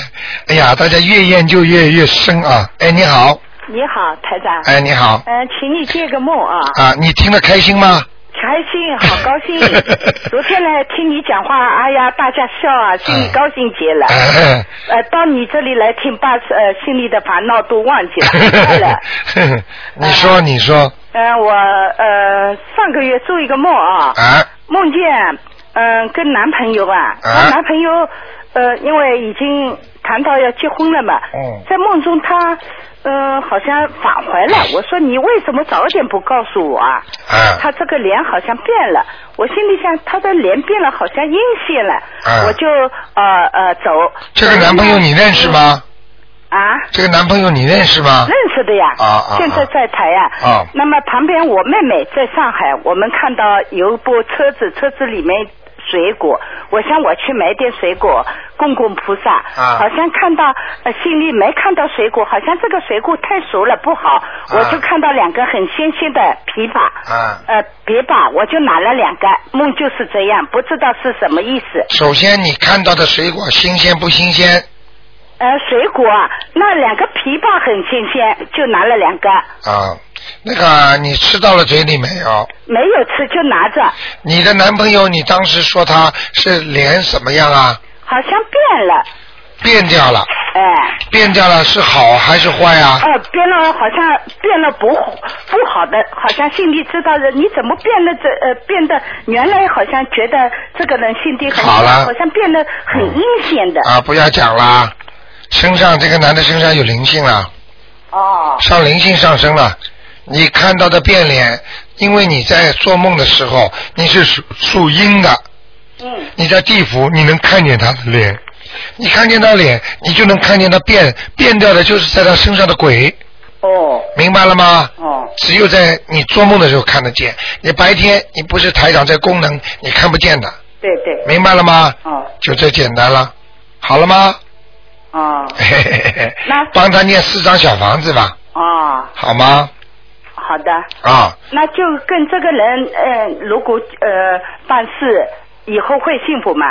Speaker 2: 哎呀，大家越研究越越深啊。哎，你好，
Speaker 8: 你好，台长。
Speaker 2: 哎，你好。
Speaker 8: 呃，请你借个梦啊，
Speaker 2: 啊，你听得开心吗？。
Speaker 8: 开心，好高兴
Speaker 2: <laughs>
Speaker 8: 昨天呢，听你讲话，哎呀，大家笑啊，心里高兴极了。
Speaker 2: 哎
Speaker 8: 呃，到你这里来听，把呃心里的烦恼都忘记了，
Speaker 2: <laughs>
Speaker 8: 快乐。
Speaker 2: 哎你说，你说，
Speaker 8: 呃，我呃上个月做一个梦啊，
Speaker 2: 啊，
Speaker 8: 梦见嗯、呃跟男朋友啊，
Speaker 2: 啊
Speaker 8: 我男朋友呃因为已经谈到要结婚了嘛，
Speaker 2: 嗯
Speaker 8: 在梦中他呃好像返回
Speaker 2: 哎
Speaker 8: 了，我说你为什么早点不告诉我啊？
Speaker 2: 啊，
Speaker 8: 他这个脸好像变了，我心里想他的脸变了，好像阴线了，
Speaker 2: 嗯
Speaker 8: 我就呃呃走。
Speaker 2: 这个男朋友你认识吗？
Speaker 8: 啊？
Speaker 2: 这个男朋友你认识吗？
Speaker 8: 认识的呀，
Speaker 2: 啊啊啊
Speaker 8: 现在在台呀、
Speaker 2: 啊
Speaker 8: 那么旁边我妹妹在上海，我们看到有一部车子，车子里面水果，我想我去买点水果供供菩萨。
Speaker 2: 啊
Speaker 8: 好像看到、呃、心里没看到水果，好像这个水果太熟了不好，我就看到两个很鲜鲜的枇杷。
Speaker 2: 啊
Speaker 8: 呃，枇杷我就拿了两个，梦就是这样，不知道是什么意思。
Speaker 2: 首先，你看到的水果新鲜不新鲜？
Speaker 8: 呃，水果啊那两个枇杷很新鲜，就拿了两个，
Speaker 2: 啊，那个你吃到了嘴里没有？
Speaker 8: 没有吃就拿着。
Speaker 2: 你的男朋友，你当时说他是脸什么样啊？
Speaker 8: 好像变了，
Speaker 2: 变掉了，
Speaker 8: 哎，
Speaker 2: 变掉了是好还是坏啊？
Speaker 8: 呃，变了，好像变了不好不好的，好像心里知道的，你怎么变得这呃变得原来好像觉得这个人心地很
Speaker 2: 好了
Speaker 8: 好像变得很阴险的，
Speaker 2: 啊，不要讲啦，身上这个男的身上有灵性了。
Speaker 8: 哦，
Speaker 2: 上灵性上升了。你看到的变脸，因为你在做梦的时候，你是属属阴的，
Speaker 8: 嗯，
Speaker 2: 你在地府，你能看见他的脸，你看见他脸，你就能看见他变变掉的，就是在他身上的鬼，
Speaker 8: 哦，
Speaker 2: 明白了吗？
Speaker 8: 哦，
Speaker 2: 只有在你做梦的时候看得见，你白天你不是台长在功能，你看不见的，
Speaker 8: 对对，
Speaker 2: 明白了吗？
Speaker 9: 啊
Speaker 8: 哦，
Speaker 2: 就这简单了，好了吗？
Speaker 9: 啊
Speaker 8: 哦，
Speaker 2: 嘿嘿嘿嘿
Speaker 8: 那
Speaker 2: <laughs> 帮他念四张小房子吧，
Speaker 8: 哦，
Speaker 2: 好吗？
Speaker 8: 好的，
Speaker 2: 啊，
Speaker 8: 那就跟这个人，呃，如果呃办事以后会幸福吗？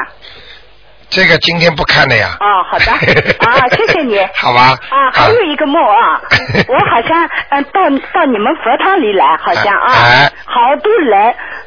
Speaker 2: 这个今天不看了呀。。
Speaker 8: 哦，好的，啊，谢谢你
Speaker 2: 好吧。，
Speaker 8: 啊，还有一个梦啊
Speaker 2: <laughs>
Speaker 8: 我好像嗯、呃到到你们佛堂里来，好像啊，
Speaker 2: 哎
Speaker 8: 好多人，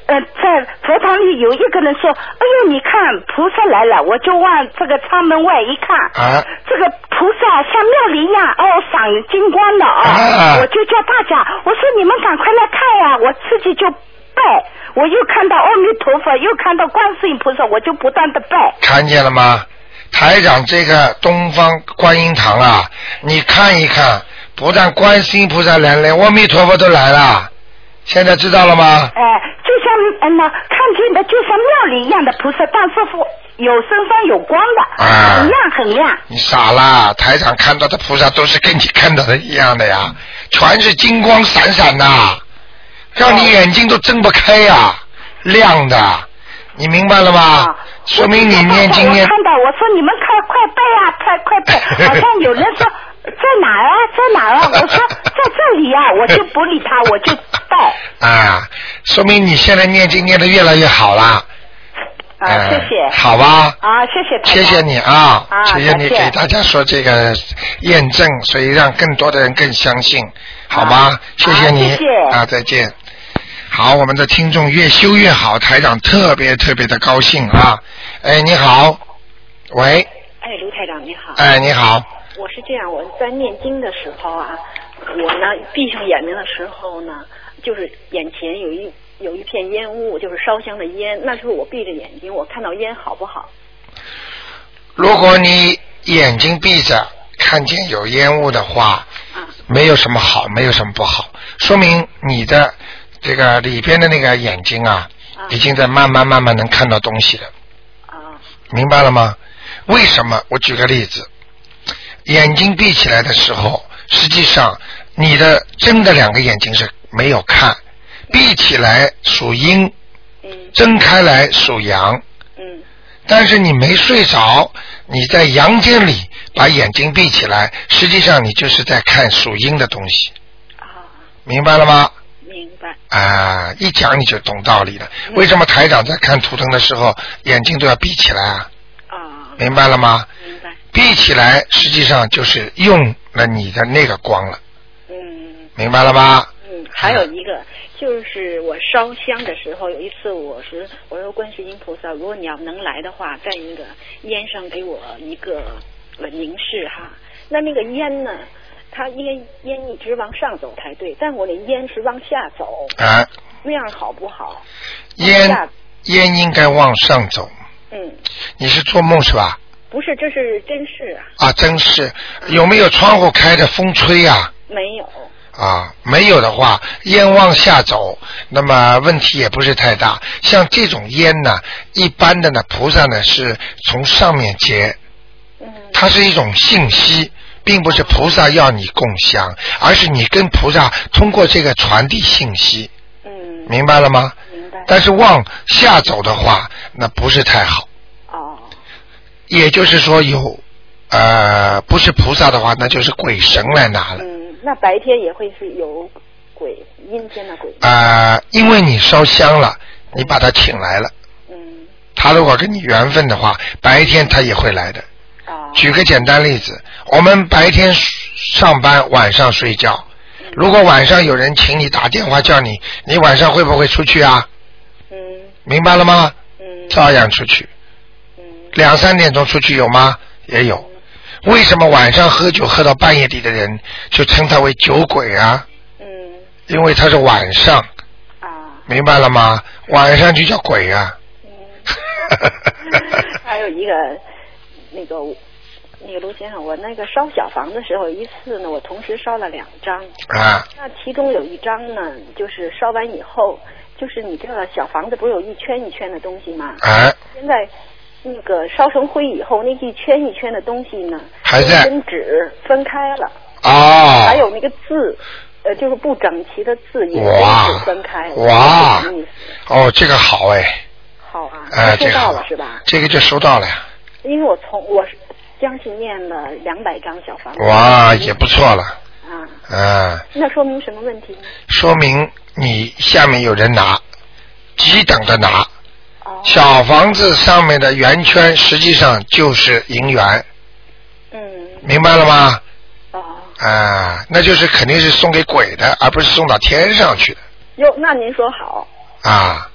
Speaker 8: 呃，在佛堂里有一个人说，哎呦，你看菩萨来了，我就往这个舱门外一看，
Speaker 2: 啊
Speaker 8: 这个菩萨像庙里一样，哦，闪金光的啊，
Speaker 2: 啊
Speaker 8: 我就叫大家，我说你们赶快来看呀、我自己就拜，我又看到阿弥陀佛，又看到观世音菩萨，我就不断的拜，
Speaker 2: 看见了吗？台长，这个东方观音堂啊，你看一看，不但观世音菩萨来了，连阿弥陀佛都来了，现在知道了吗？
Speaker 8: 哎，就像嗯呐，看见的就像庙里一样的菩萨，但是有身上有光的，
Speaker 2: 啊
Speaker 8: 很亮很亮。
Speaker 2: <laughs> 你傻啦！台长看到的菩萨都是跟你看到的一样的
Speaker 8: 嗯
Speaker 2: 呀，全是金光闪闪的，让你眼睛都睁不开呀、亮的，你明白了吗？
Speaker 8: 啊
Speaker 2: 说明你念经念
Speaker 8: 我看到，我说你们快快背啊，快快
Speaker 2: <laughs>
Speaker 8: 背！好像有人说在哪儿啊，在哪儿啊？我说在这里啊，我就不理他，我就拜。
Speaker 2: 啊，说明你现在念经念的越来越好啦。
Speaker 8: 啊，
Speaker 2: 哎
Speaker 8: 谢谢。
Speaker 2: 好吧。
Speaker 8: 啊，谢谢台
Speaker 2: 谢
Speaker 8: 长。
Speaker 2: 谢你啊，
Speaker 8: 啊
Speaker 2: 谢谢你
Speaker 8: 再见
Speaker 2: 给大家说这个验证，所以让更多的人更相信，好吗？
Speaker 8: 啊
Speaker 2: 谢谢你
Speaker 8: 啊谢谢
Speaker 2: 啊，再见。好，我们的听众越修越好，台长特别特别的高兴啊！哎，你好，喂，
Speaker 10: 哎，卢台长你好，
Speaker 2: 哎，你好，
Speaker 10: 我是这样，我在念经的时候啊，我呢闭上眼睛的时候呢，就是眼前有一有一片烟雾，就是烧香的烟，那时候我闭着眼睛，我看到烟好不好？
Speaker 2: 如果你眼睛闭着看见有烟雾的话，
Speaker 10: 啊
Speaker 2: 没有什么好，没有什么不好，说明你的这个里边的那个眼睛啊，
Speaker 10: 啊
Speaker 2: 已经在慢慢慢慢能看到东西了。
Speaker 10: 啊
Speaker 2: 明白了吗？为什么？我举个例子，眼睛闭起来的时候，实际上你的真的两个眼睛是没有看，闭起来属阴，
Speaker 10: 嗯
Speaker 2: 睁开来属阳。
Speaker 10: 嗯
Speaker 2: 但是你没睡着，你在阳间里把眼睛闭起来，实际上你就是在看属阴的东西，
Speaker 10: 啊，
Speaker 2: 明白了吗？
Speaker 10: 明白
Speaker 2: 啊，一讲你就懂道理了。为什么台长在看图腾的时候眼睛都要闭起来啊？
Speaker 10: 啊，
Speaker 2: 明白了吗？
Speaker 10: 明白
Speaker 2: 闭起来实际上就是用了你的那个光了，
Speaker 10: 嗯。
Speaker 2: 明白了吗？
Speaker 10: 嗯，还有一个就是我烧香的时候，有一次我是我说观世音菩萨，如果你要能来的话，在那个烟上给我一个呃凝视哈。那那个烟呢，它烟烟一直往上走才对，但我那烟是往下走，
Speaker 2: 啊，
Speaker 10: 那样好不好？
Speaker 2: 烟烟应该往上走。
Speaker 10: 嗯，
Speaker 2: 你是做梦是吧？
Speaker 10: 不是，这是真事啊，
Speaker 2: 啊，真是有没有窗户开着风吹呀、
Speaker 10: 没有。
Speaker 2: 啊？啊，没有的话，烟往下走，那么问题也不是太大。像这种烟呢，一般的呢，菩萨呢是从上面结，
Speaker 10: 嗯
Speaker 2: 它是一种信息，并不是菩萨要你供香，而是你跟菩萨通过这个传递信息，
Speaker 10: 嗯，
Speaker 2: 明白了吗？
Speaker 10: 明白。
Speaker 2: 但是往下走的话，那不是太好。
Speaker 10: 哦，
Speaker 2: 也就是说有，呃，不是菩萨的话，那就是鬼神来拿了。
Speaker 10: 嗯，那白天也会是有鬼，阴间的鬼。
Speaker 2: 呃，因为你烧香了，你把他请来了，
Speaker 10: 嗯，
Speaker 2: 他如果跟你缘分的话，白天他也会来的。
Speaker 10: 啊，
Speaker 2: 举个简单例子，我们白天上班，晚上睡觉。
Speaker 10: 嗯
Speaker 2: 如果晚上有人请你打电话叫你，你晚上会不会出去啊？
Speaker 10: 嗯
Speaker 2: 明白了吗？
Speaker 10: 嗯
Speaker 2: 照样出去，
Speaker 10: 嗯
Speaker 2: 两三点钟出去有吗？也有。为什么晚上喝酒喝到半夜里的人就称他为酒鬼啊？
Speaker 10: 嗯
Speaker 2: 因为他是晚上，
Speaker 10: 啊
Speaker 2: 明白了吗？晚上就叫鬼啊。
Speaker 10: 嗯，还有一个那个那个卢先生，我那个烧小房的时候，一次呢，我同时烧了两张，
Speaker 2: 啊，
Speaker 10: 那其中有一张呢，就是烧完以后，就是你这个小房子不是有一圈一圈的东西吗？
Speaker 2: 哎，
Speaker 10: 现在那个烧成灰以后，那一圈一圈的东西呢，
Speaker 2: 还在
Speaker 10: 跟纸分开了，
Speaker 2: 哦，
Speaker 10: 还有那个字。呃，就是不整齐的字也跟
Speaker 2: 哇
Speaker 10: 纸分开了，
Speaker 2: 哇
Speaker 10: 什么意思？
Speaker 2: 哦，这个好哎，
Speaker 10: 好啊，
Speaker 2: 哎，
Speaker 10: 收
Speaker 2: 这个
Speaker 10: 到
Speaker 2: 好
Speaker 10: 了是吧？
Speaker 2: 这个就收到了呀，
Speaker 10: 因为我从我是将近念了两百张小房子
Speaker 2: 哇，也不错了，
Speaker 10: 啊，
Speaker 2: 啊，
Speaker 10: 那说明什么问题呢？
Speaker 2: 说明你下面有人拿，急等着拿。
Speaker 10: 哦，
Speaker 2: 小房子上面的圆圈实际上就是银元，
Speaker 10: 嗯，
Speaker 2: 明白了吗？
Speaker 10: 哦，
Speaker 2: 啊，那就是肯定是送给鬼的，而不是送到天上去的
Speaker 10: 哟，那您说好，
Speaker 2: 啊，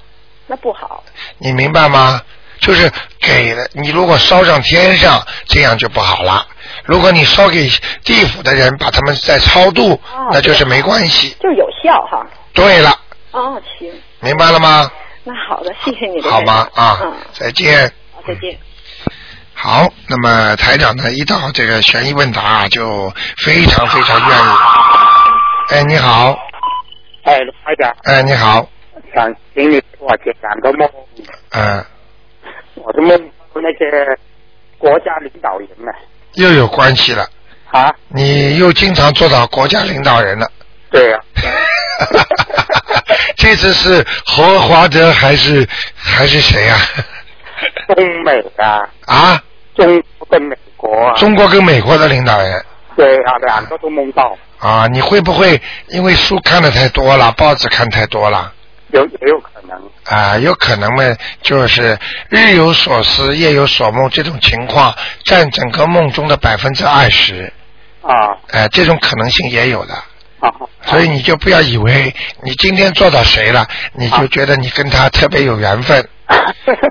Speaker 10: 那不好，
Speaker 2: 你明白吗？就是给了你，如果烧上天上，这样就不好了。如果你烧给地府的人，把他们再超度，那就是没关系。
Speaker 10: 就是有效哈。
Speaker 2: 对了，
Speaker 10: 哦，行，
Speaker 2: 明白了吗？
Speaker 10: 那好的，谢谢你的
Speaker 2: 好吗？啊
Speaker 10: 嗯，，
Speaker 2: 再见。
Speaker 10: 好，再见。
Speaker 2: 好，那么台长呢，一到这个悬疑问答啊，就非常非常愿意。哎，你好，
Speaker 6: 哎，台长，
Speaker 2: 哎，你好，
Speaker 6: 想请你
Speaker 9: 我就两个梦，
Speaker 2: 嗯，
Speaker 9: 我的梦到那个国家领导人呢，
Speaker 2: 又有关系了。
Speaker 9: 啊，
Speaker 2: 你又经常做到国家领导人了。
Speaker 9: 对啊
Speaker 2: <laughs>
Speaker 9: 呀、
Speaker 2: 这次是侯华德还是还是谁啊呀、
Speaker 9: 中美啊，
Speaker 2: 啊？啊，
Speaker 9: 中国跟美国啊，
Speaker 2: 中国跟美国的领导人
Speaker 9: 对啊，两个都梦到，
Speaker 2: 啊，你会不会因为书看的太多了，报纸看太多了？
Speaker 9: 有也有可
Speaker 2: <laughs>
Speaker 9: 能，
Speaker 2: 啊，有可能呢，就是日有所思，夜有所梦这种情况占整个梦中的百分之二十，
Speaker 9: 啊
Speaker 2: 哎，这种可能性也有的。
Speaker 9: 啊，
Speaker 2: 所以你就不要以为你今天做到谁了，你
Speaker 9: 啊
Speaker 2: 就觉得你跟他特别有缘
Speaker 9: <laughs>
Speaker 2: 分。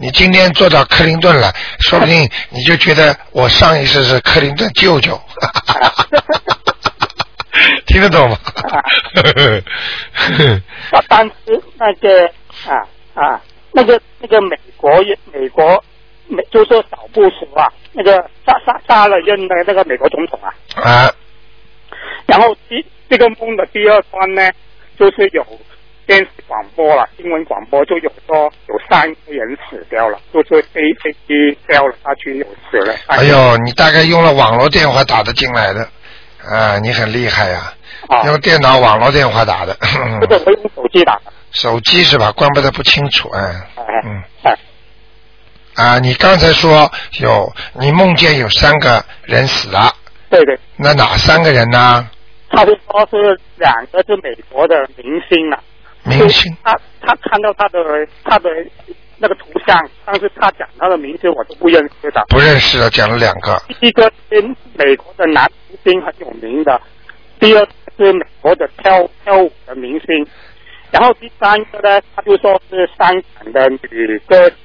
Speaker 2: 你今天做到克林顿了，说不定你就觉得我上一世是克林顿舅
Speaker 9: <laughs>
Speaker 2: 舅。 <laughs> 听得懂吗？ <laughs>
Speaker 9: 啊，当时那个啊啊，那个那个美国也美国美就是说小布什啊，那个杀杀杀了任的那个美国总统啊，
Speaker 2: 啊，
Speaker 9: 然后第这个梦的第二关呢，就是有电视广播了，新闻广播就有说有三个人死掉了，就是飞飞机掉了下去有死了。
Speaker 2: 哎，呦，你大概用了网络电话打的进来的，啊，你很厉害呀、
Speaker 9: 啊，
Speaker 2: 用电脑网络电话打的，嗯
Speaker 9: 这个我用手机打的，
Speaker 2: 手机是吧？怪不得不清楚，嗯
Speaker 9: 哎
Speaker 2: 嗯。
Speaker 9: 哎
Speaker 2: 啊，你刚才说有你梦见有三个人死了，
Speaker 9: 对对，
Speaker 2: 那哪三个人呢？
Speaker 9: 差不多是两个是美国的明星了。
Speaker 2: 明星
Speaker 9: 他他看到他的他的那个图像，但是他讲他的名字我都不认识的。
Speaker 2: 不认识的讲了两个，
Speaker 9: 第一个是美国的男明星很有名的，第二个是美国的跳跳舞的明星，然后第三个呢，他就说是香港的女歌手，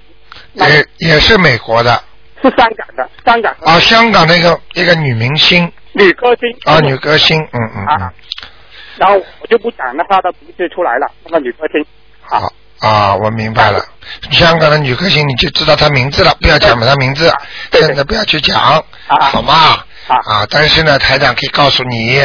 Speaker 9: 那
Speaker 2: 也也是美国的
Speaker 9: 是香港的香港的
Speaker 2: 啊，香港那个一个女明星
Speaker 9: 女歌星
Speaker 2: 啊，女歌星，嗯嗯嗯
Speaker 9: 啊，然后我就不讲了她的名字出来了，那个女歌星
Speaker 2: 好啊，我明白了，香港的女歌星你就知道她名字了，不要讲她名字，
Speaker 9: 对对
Speaker 2: 现在不要去讲，
Speaker 9: 啊
Speaker 2: 好吗？
Speaker 9: 啊
Speaker 2: 啊，但是呢，台长可以告诉你，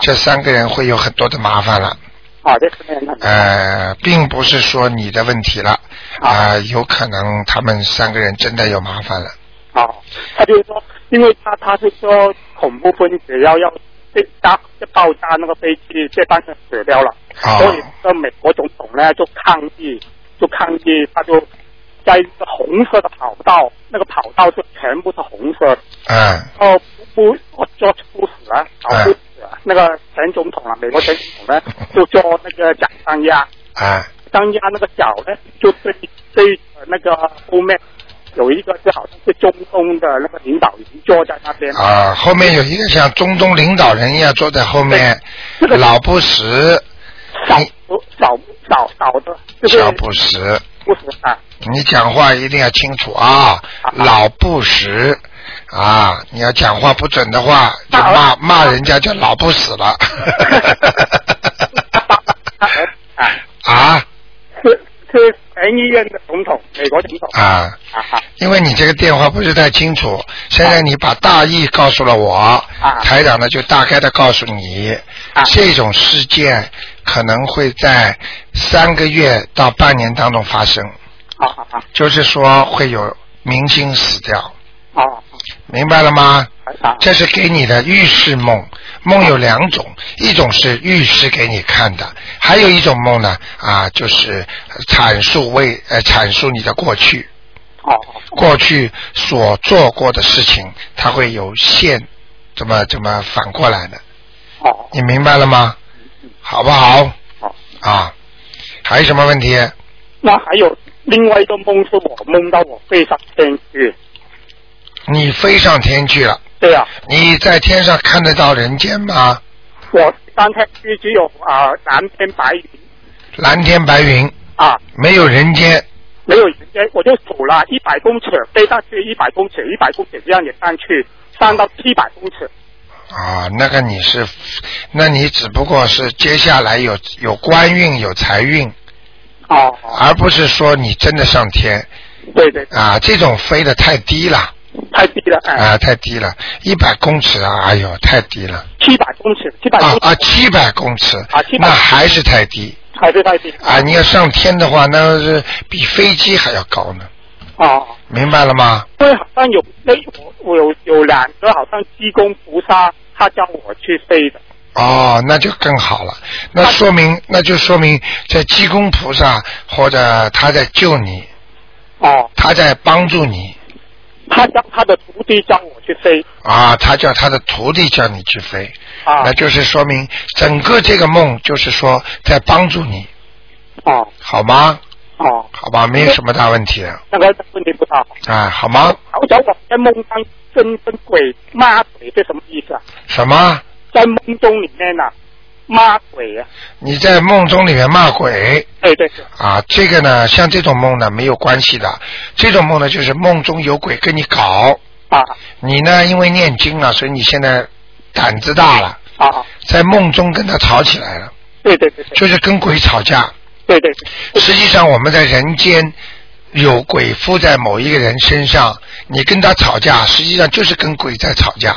Speaker 2: 这三个人会有很多的麻烦了。
Speaker 9: 啊，这是面很
Speaker 2: 呃，并不是说你的问题了，啊、有可能他们三个人真的有麻烦了。
Speaker 9: 好，啊他就说，因为他他是说恐怖分子要要这炸这爆炸那个飞机，这班人死掉了，
Speaker 2: 啊
Speaker 9: 所以这美国总统呢就抗议，就抗议，他就在一个红色的跑道，那个跑道就全部是红色的，
Speaker 2: 嗯，
Speaker 9: 然后不我做不死啊，搞
Speaker 2: 哎
Speaker 9: 不死啊，那个前总统啊，美国前总统呢就做那个假当家，
Speaker 2: 啊
Speaker 9: 当家那个脚呢，就对对着那个后面有一个是好像是中东的那个领导人坐在那边，
Speaker 2: 啊，后面有一个像中东领导人一样坐在后面，
Speaker 9: 这个
Speaker 2: 老不死，
Speaker 9: 少少少少的，就是
Speaker 2: 小不死，
Speaker 9: 不是啊，
Speaker 2: 你讲话一定要清楚啊，老不死。啊，你要讲话不准的话，就骂骂人家就老不死了。
Speaker 9: 啊
Speaker 2: <laughs> 啊
Speaker 9: 是是前一任的总统，美国总统
Speaker 2: 啊！
Speaker 9: 啊啊
Speaker 2: 因为你这个电话不是太清楚，现在你把大意告诉了我，
Speaker 9: 啊
Speaker 2: 台长呢就大概的告诉你，
Speaker 9: 啊
Speaker 2: 这种事件可能会在三个月到半年当中发生，
Speaker 9: 好好好
Speaker 2: 就是说会有明星死掉，
Speaker 9: 哦
Speaker 2: 明白了吗？
Speaker 9: 啊
Speaker 2: 这是给你的预示梦，梦有两种，一种是预示给你看的，还有一种梦呢啊，就是阐述为呃阐述你的过去。
Speaker 9: 哦
Speaker 2: 过去所做过的事情，它会有现怎么怎么反过来的，
Speaker 9: 哦
Speaker 2: 你明白了吗？好不好？
Speaker 9: 好
Speaker 2: 啊，还有什么问题？
Speaker 9: 那还有另外一个梦是我梦到我飞上天去，
Speaker 2: 你飞上天去了，
Speaker 9: 对啊，
Speaker 2: 你在天上看得到人间吗？
Speaker 9: 我上天去只有啊蓝天白云
Speaker 2: 蓝天白云，
Speaker 9: 啊。
Speaker 2: 没有人间，
Speaker 9: 没有时间，我就数了一百公尺，飞上去一百公尺，一百公尺这样也上去，上到七百公尺。
Speaker 2: 啊，那个你是，那你只不过是接下来有有官运有财运，
Speaker 9: 哦，
Speaker 2: 而不是说你真的上天
Speaker 9: 对对，
Speaker 2: 啊，这种飞得太低了。
Speaker 9: 太低了，哎、
Speaker 2: 啊，太低了，一百公尺啊，哎呦，太低了
Speaker 9: 七百公尺，七百
Speaker 2: 啊
Speaker 9: 公尺，
Speaker 2: 啊，七百公尺
Speaker 9: 啊700
Speaker 2: 那还是太低，
Speaker 9: 还是太低
Speaker 2: 啊，你要上天的话，那是比飞机还要高呢，
Speaker 9: 啊。
Speaker 2: 明白了吗？
Speaker 9: 因为好像有那我我有有两个好像济公菩萨，他叫我去飞的。
Speaker 2: 哦，那就更好了。那说明，那就说明在济公菩萨或者他在救你，
Speaker 9: 哦，
Speaker 2: 他在帮助你
Speaker 9: 他叫他的徒弟叫我去飞
Speaker 2: 啊，他叫他的徒弟叫你去飞，
Speaker 9: 啊
Speaker 2: 那就是说明整个这个梦就是说在帮助你，
Speaker 9: 哦
Speaker 2: 好吗？
Speaker 9: 哦，
Speaker 2: 好吧，没有什么大问题的，
Speaker 9: 那个问题不大好。
Speaker 2: 啊，好吗？
Speaker 9: 我想我在梦当跟跟鬼骂鬼是什么意思啊？
Speaker 2: 什么？
Speaker 9: 在梦中里面呢、骂鬼啊，
Speaker 2: 你在梦中里面骂鬼
Speaker 9: 对对对，
Speaker 2: 啊？这个呢，像这种梦呢没有关系的，这种梦呢就是梦中有鬼跟你搞，
Speaker 9: 啊
Speaker 2: 你呢因为念经了，所以你现在胆子大了，
Speaker 9: 啊，
Speaker 2: 在梦中跟他吵起来了，
Speaker 9: 对对对对
Speaker 2: 就是跟鬼吵架。
Speaker 9: 对对对，
Speaker 2: 实际上我们在人间有鬼附在某一个人身上，你跟他吵架，实际上就是跟鬼在吵架。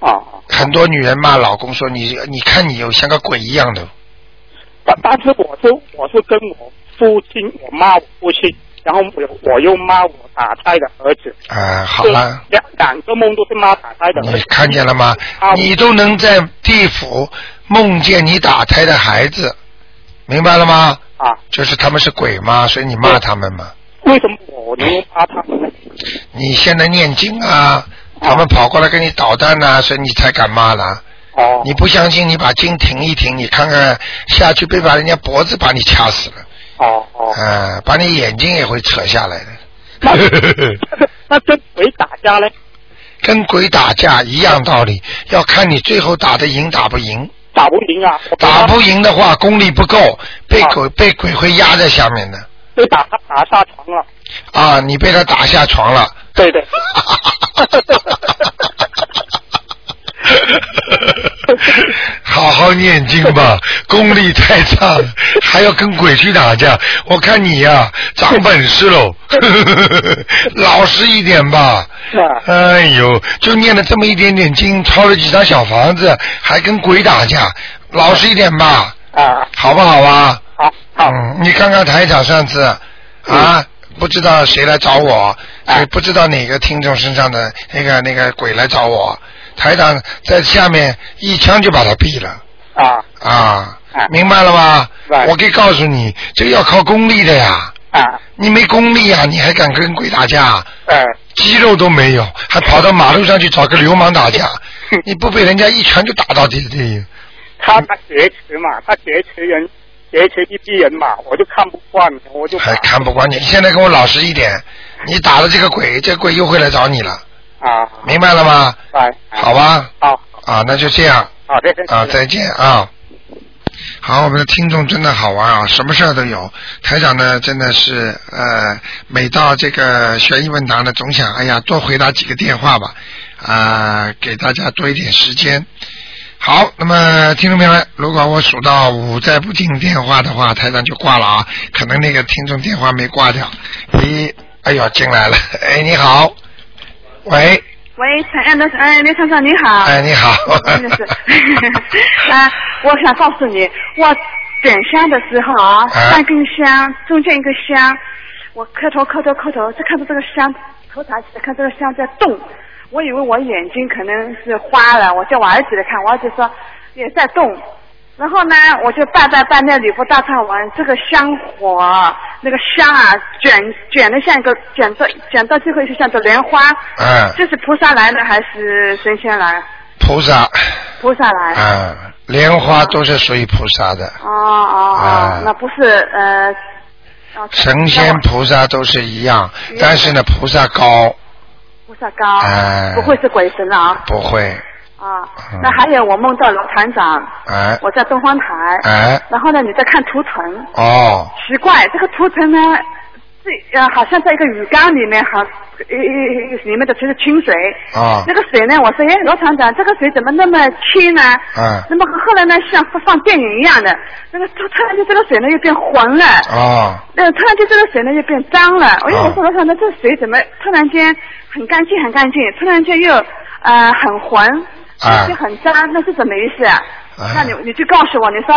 Speaker 9: 啊啊，
Speaker 2: 很多女人骂老公说你，你看你有像个鬼一样的，
Speaker 9: 但但是我是我是跟我父亲，我骂我父亲，然后我又我又骂我打胎的儿子，
Speaker 2: 啊、好了，
Speaker 9: 两两个梦都是妈打胎的儿啊
Speaker 2: 你
Speaker 9: 子，
Speaker 2: 看见了吗？你都能在地府梦见你打胎的孩子，明白了吗？
Speaker 9: 啊，
Speaker 2: 就是他们是鬼嘛，所以你骂他们嘛。
Speaker 9: 为什么我能够骂他们呢？
Speaker 2: 你现在念经啊，他们跑过来跟你捣蛋呐、所以你才敢骂了。
Speaker 9: 哦，
Speaker 2: 你不相信，你把经停一停，你看看下去被把人家脖子把你掐死了，
Speaker 9: 哦哦，
Speaker 2: 啊、把你眼睛也会扯下来的。
Speaker 9: 那那跟鬼打架呢？
Speaker 2: 跟鬼打架一样道理，要看你最后打得赢打不赢。
Speaker 9: 打不赢啊，我被他
Speaker 2: 打不赢的话，功力不够，被
Speaker 9: 啊
Speaker 2: 鬼、被鬼会压在下面的
Speaker 9: 被打他打下床了，
Speaker 2: 啊！你被他打下床了。
Speaker 9: 对对，
Speaker 2: <laughs> 好好念经
Speaker 9: <laughs>
Speaker 2: 吧，功力太差了，还要跟鬼去打架。我看你呀、长本事喽， <laughs> 老实一点吧。
Speaker 9: 啊
Speaker 2: 哎呦，就念了这么一点点经，抄了几张小房子，还跟鬼打架，老实一点吧，
Speaker 9: 啊，
Speaker 2: 好不好啊？
Speaker 9: 好好
Speaker 2: 嗯，你看看台长上次啊，不知道谁来找我，
Speaker 9: 啊
Speaker 2: 也不知道哪个听众身上的那个那个鬼来找我，台长在下面一枪就把他毙了
Speaker 9: 啊
Speaker 2: 啊
Speaker 9: 啊，
Speaker 2: 明白了吗
Speaker 9: 明白？
Speaker 2: 我可以告诉你，这个要靠功力的呀，
Speaker 9: 啊，
Speaker 2: 你没功力呀，你还敢跟鬼打架？
Speaker 9: 呃，
Speaker 2: 肌肉都没有，还跑到马路上去找个流氓打
Speaker 9: <laughs>
Speaker 2: 架，你不被人家一拳就打到底里？
Speaker 9: 他他劫持嘛，他劫持人，劫持一批人嘛，我就看不惯，我就
Speaker 2: 还看不惯你？你现在跟我老实一点，你打了这个鬼，这鬼又会来找你了，
Speaker 9: 啊，
Speaker 2: 明白了吗？
Speaker 9: 拜，
Speaker 2: 好，吧，
Speaker 9: 好，
Speaker 2: 啊，那就这样
Speaker 9: 好的，
Speaker 2: 啊， <laughs> 再见啊。好，我们的听众真的好玩啊，什么事儿都有。台长呢，真的是呃，每到这个悬疑问答呢，总想哎呀多回答几个电话吧，啊、给大家多一点时间。好，那么听众朋友们，如果我数到五再不进电话的话，台长就挂了啊。可能那个听众电话没挂掉。咦，哎呦，进来了。哎，你好，喂，
Speaker 11: 喂，陈安的哎，刘厂长你好，
Speaker 2: 哎，你 <laughs> 好。
Speaker 11: 真的是， <laughs> 啊，我想告诉你，我点香的时候啊，
Speaker 2: 啊
Speaker 11: 半根香，中间一个香，我磕头磕头磕头，就看到这个香头抬起来，看这个香在动，我以为我眼睛可能是花了，我叫我儿子来看，我儿子说也在动。然后呢，我就拜拜拜那吕布大忏文，这个香火，那个香啊，卷卷的像一个卷到卷到最后就像朵莲花，
Speaker 2: 嗯，
Speaker 11: 这是菩萨来的还是神仙来？
Speaker 2: 菩萨，
Speaker 11: 菩萨来。
Speaker 2: 啊，莲花都是属于菩萨的，
Speaker 11: 哦哦
Speaker 2: 啊
Speaker 11: 哦，那不是呃。哦
Speaker 2: 神仙菩萨都是一样，但是呢，菩萨高
Speaker 11: 菩萨高
Speaker 2: 哎，
Speaker 11: 不会是鬼神了啊！
Speaker 2: 不会，
Speaker 11: 啊
Speaker 2: 嗯，
Speaker 11: 那还有我梦到罗团长，
Speaker 2: 哎
Speaker 11: 我在东方台，
Speaker 2: 哎，
Speaker 11: 然后呢你在看图腾，
Speaker 2: 哦，
Speaker 11: 奇怪，这个图腾呢，这呃好像在一个鱼缸里面，好，一一一里面的全是清水，
Speaker 2: 啊
Speaker 11: 那个水呢，我说哎罗厂长，这个水怎么那么清呢？
Speaker 2: 嗯
Speaker 11: 那么后来呢，像放电影一样的，那个突突然间这个水呢又变浑了。
Speaker 2: 哦，
Speaker 11: 那突然嗯间这个水呢又变脏了，哎呦，
Speaker 2: 啊
Speaker 11: 我说我想那这水怎么突然间很干净很干净，突然间又呃很浑，
Speaker 2: 啊
Speaker 11: 就很脏，那是什么意思啊？
Speaker 2: 啊
Speaker 11: 那你你就告诉我，你说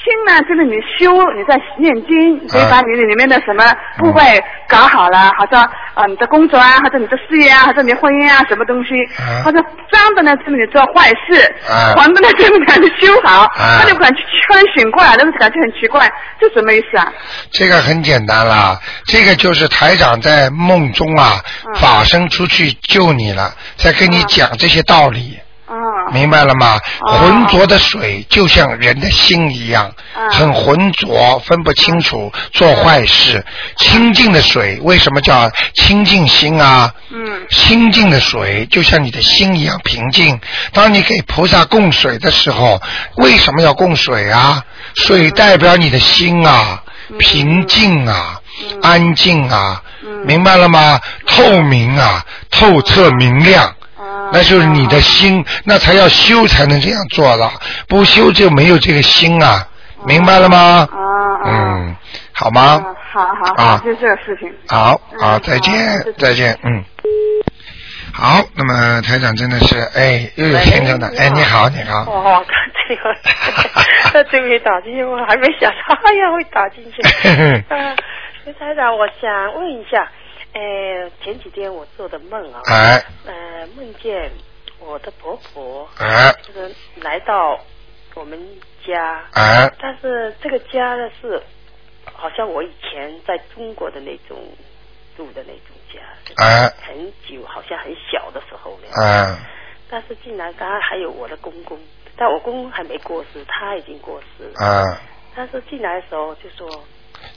Speaker 11: 心呢，就是你修，你在念经，所以把
Speaker 2: 啊
Speaker 11: 你里面的什么部位搞好了，好像啊你的工作啊，或者你的事业啊，或者你的婚姻啊，什么东西，
Speaker 2: 啊
Speaker 11: 或者脏的呢，就是你做坏事，
Speaker 2: 啊
Speaker 11: 黄的呢，就是你把它修好，
Speaker 2: 啊
Speaker 11: 他就感觉突然醒过来，但是感觉很奇怪，这什么意思啊？
Speaker 2: 这个很简单啦，这个就是台长在梦中啊，法身出去救你了，在跟你讲这些道理。明白了吗？浑浊的水就像人的心一样，很浑浊，分不清楚，做坏事。清净的水为什么叫清净心啊？嗯，清净的水就像你的心一样平静。当你给菩萨供水的时候，为什么要供水啊？水代表你的心啊，平静啊，安静啊，明白了吗？透明啊，透彻明亮。那就是你的心，那才要修才能这样做了，不修就没有这个心啊，明白了吗？啊嗯，好吗？
Speaker 11: 好好好，
Speaker 2: 啊
Speaker 11: 就这个事情。
Speaker 2: 好，好，再见，再见，嗯。好，那么台长真的是，哎，又有听众的，哎，你好，你好，
Speaker 12: 哦，这个， <laughs> 那终于打进去，我还没想到，哎呀，会打进
Speaker 2: <laughs>
Speaker 12: 去。啊，刘台长，我想问一下，呃，前几天我做的梦啊，
Speaker 2: 哎
Speaker 12: 呃，梦见我的婆婆，
Speaker 2: 哎
Speaker 12: 就是来到我们家，
Speaker 2: 哎
Speaker 12: 但是这个家呢是，好像我以前在中国的那种住的那种家，
Speaker 2: 哎
Speaker 12: 很久，好像很小的时候呢，
Speaker 2: 哎
Speaker 12: 但是竟然刚还有我的公公，但我公公还没过世，他已经过世了。
Speaker 2: 啊，
Speaker 12: 但是进来的时候就说，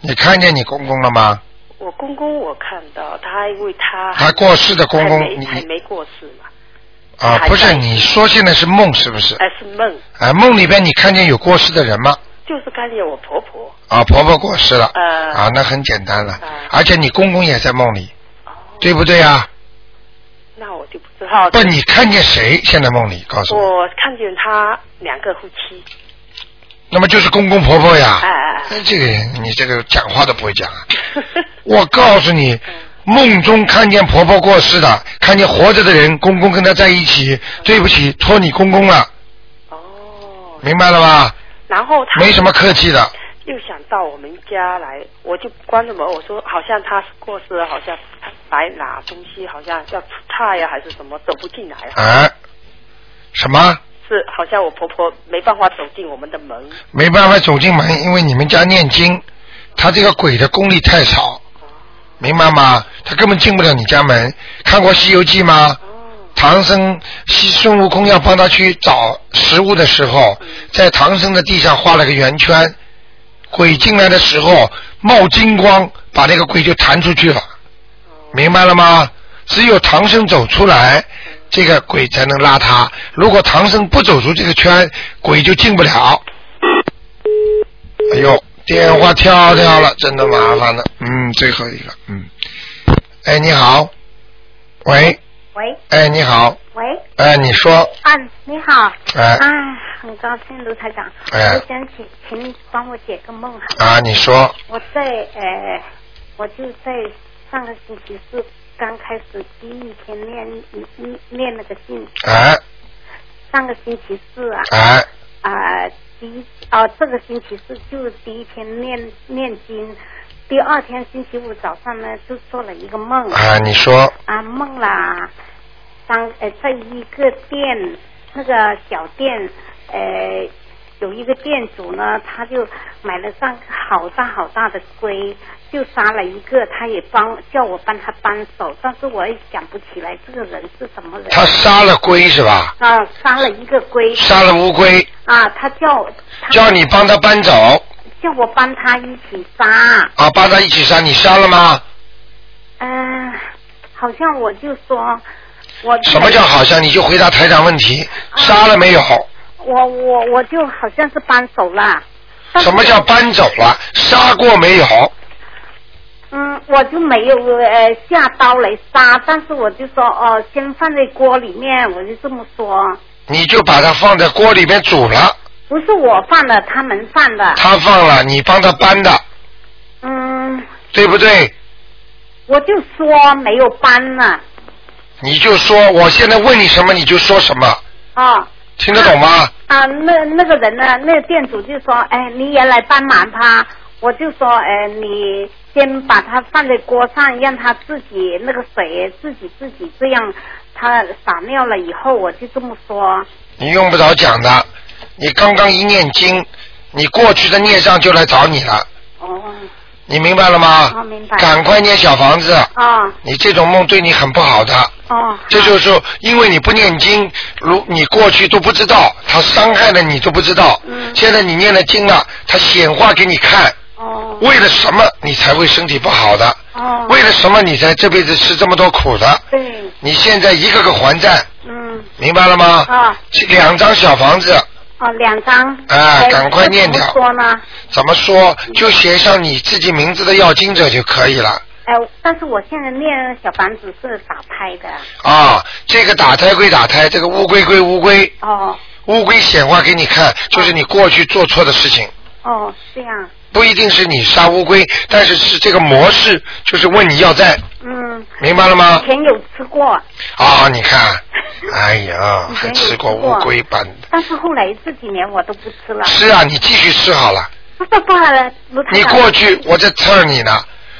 Speaker 2: 你看见你公公了吗？
Speaker 12: 我公公我看到他，因为他
Speaker 2: 他过世的公公
Speaker 12: 还没
Speaker 2: 你
Speaker 12: 还没过世嘛，
Speaker 2: 啊，
Speaker 12: 还
Speaker 2: 不是，
Speaker 12: 在
Speaker 2: 你说现在是梦是不是？
Speaker 12: 还是梦，
Speaker 2: 哎，梦里边你看见有过世的人吗？
Speaker 12: 就是看见我婆婆，
Speaker 2: 啊，婆婆过世了，
Speaker 12: 呃
Speaker 2: 啊，那很简单了，而且你公公也在梦里，对不对啊？
Speaker 12: 那我就不知道。
Speaker 2: 不，你看见谁现在梦里？告诉我，
Speaker 12: 我看见他两个夫妻，
Speaker 2: 那么就是公公婆婆呀。
Speaker 12: 哎哎哎
Speaker 2: 哎这个人，你这个讲话都不会讲啊！我告诉你，梦中看见婆婆过世的，看见活着的人，公公跟他在一起，对不起，托你公公了。哦。明白了吧？
Speaker 12: 然后他
Speaker 2: 没什么客气的。
Speaker 12: 又想到我们家来，我就关着门，我说好像他是过世了，好像他来拿东西，好像要出差呀、还是什么，走不进来了。
Speaker 2: 啊？什么？
Speaker 12: 是好像我婆婆没办法走进我们的门，
Speaker 2: 没办法走进门，因为你们家念经，他这个鬼的功力太少，明白吗？他根本进不了你家门。看过《西游记》吗？唐僧西孙悟空要帮他去找食物的时候，在唐僧的地上画了个圆圈，鬼进来的时候冒金光，把那个鬼就弹出去了，明白了吗？只有唐僧走出来，这个鬼才能拉他。如果唐僧不走出这个圈，鬼就进不了。哎呦，电话跳掉了，真的麻烦了。嗯，最后一个，嗯。哎，你好，喂，
Speaker 7: 喂
Speaker 2: 哎，你好，
Speaker 7: 喂，
Speaker 2: 哎，你说，
Speaker 7: 嗯，你好，
Speaker 2: 哎
Speaker 7: 啊，很高兴卢台长，
Speaker 2: 哎
Speaker 7: 我想请请你帮我解个梦哈，
Speaker 2: 啊，你说，
Speaker 7: 我在呃，我就在上个星期四刚开始第一天练念念那个经，
Speaker 2: 哎
Speaker 7: 上个星期四啊，
Speaker 2: 哎
Speaker 7: 啊、第一哦，这个星期四就是第一天念念经，第二天星期五早上呢就做了一个梦。
Speaker 2: 啊，你说，
Speaker 7: 啊，梦啦，当呃在一个店那个小店呃有一个店主呢，他就买了上好大好大的龟，就杀了一个，他也帮叫我帮他扳手，但是我也想不起来这个人是什么人。
Speaker 2: 他杀了龟是吧？
Speaker 7: 啊，杀了一个龟。
Speaker 2: 杀了乌龟。
Speaker 7: 啊，他叫
Speaker 2: 叫你帮他搬走，
Speaker 7: 叫我帮他一起杀。
Speaker 2: 啊，帮他一起杀，你杀了吗？
Speaker 7: 嗯、好像我就说，我
Speaker 2: 什么叫好像？你就回答台长问题，杀了没有？
Speaker 7: 我我我就好像是扳手啦，
Speaker 2: 什么叫搬走了？杀过没有？
Speaker 7: 嗯，我就没有呃下刀来杀，但是我就说哦、先放在锅里面，我就这么说，
Speaker 2: 你就把它放在锅里面煮了，
Speaker 7: 不是我放的，他们放的。
Speaker 2: 他放了，你帮他搬的，
Speaker 7: 嗯，
Speaker 2: 对不对？
Speaker 7: 我就说没有搬呢，
Speaker 2: 你就说我现在问你什么，你就说什么。
Speaker 7: 哦，
Speaker 2: 听得懂吗？
Speaker 7: 啊，那那个人呢？那个店主就说，哎，你也来帮忙他。我就说，哎，你先把它放在锅上，让它自己那个水自己自己这样，它撒尿了以后，我就这么说。
Speaker 2: 你用不着讲的，你刚刚一念经，你过去的孽障就来找你了。
Speaker 7: 哦。
Speaker 2: 你明白了吗？
Speaker 7: 哦，明白。
Speaker 2: 赶快念小房子
Speaker 7: 啊、
Speaker 2: 你这种梦对你很不好的。
Speaker 7: 哦，
Speaker 2: 这就是说，因为你不念经，如你过去都不知道，他伤害了你都不知道。
Speaker 7: 嗯
Speaker 2: 现在你念了经了，他显化给你看。
Speaker 7: 哦。
Speaker 2: 为了什么你才会身体不好的？
Speaker 7: 哦。
Speaker 2: 为了什么你才这辈子吃这么多苦的？
Speaker 7: 对。
Speaker 2: 你现在一个个还债，
Speaker 7: 嗯。
Speaker 2: 明白了吗？
Speaker 7: 啊。
Speaker 2: 两张小房子，
Speaker 7: 哦，两张。
Speaker 2: 啊
Speaker 7: 哎
Speaker 2: 赶快
Speaker 7: 这
Speaker 2: 念
Speaker 7: 怎么
Speaker 2: 掉
Speaker 7: 说呢？
Speaker 2: 怎么说就写上你自己名字的要经者就可以了。
Speaker 7: 哎，但是我现在念小房子是打胎的。
Speaker 2: 啊，这个打胎归打胎，这个乌龟归乌龟，
Speaker 7: 哦
Speaker 2: 乌龟显化给你看，就是你过去做错的事情，
Speaker 7: 哦，这样，
Speaker 2: 不一定是你杀乌龟，但是是这个模式，就是问你要债
Speaker 7: 嗯。
Speaker 2: 明白了吗
Speaker 7: 以前有吃过，
Speaker 2: 啊！你看，哎呀，
Speaker 7: 以前
Speaker 2: 还
Speaker 7: 有
Speaker 2: 吃过
Speaker 7: 吃过
Speaker 2: 乌龟斑。
Speaker 7: 但是后来这几年我都不吃了。
Speaker 2: 是啊，你继续吃好了。
Speaker 7: 不是不好了，卢台
Speaker 2: 你
Speaker 7: 长
Speaker 2: 过去我在刺儿你呢，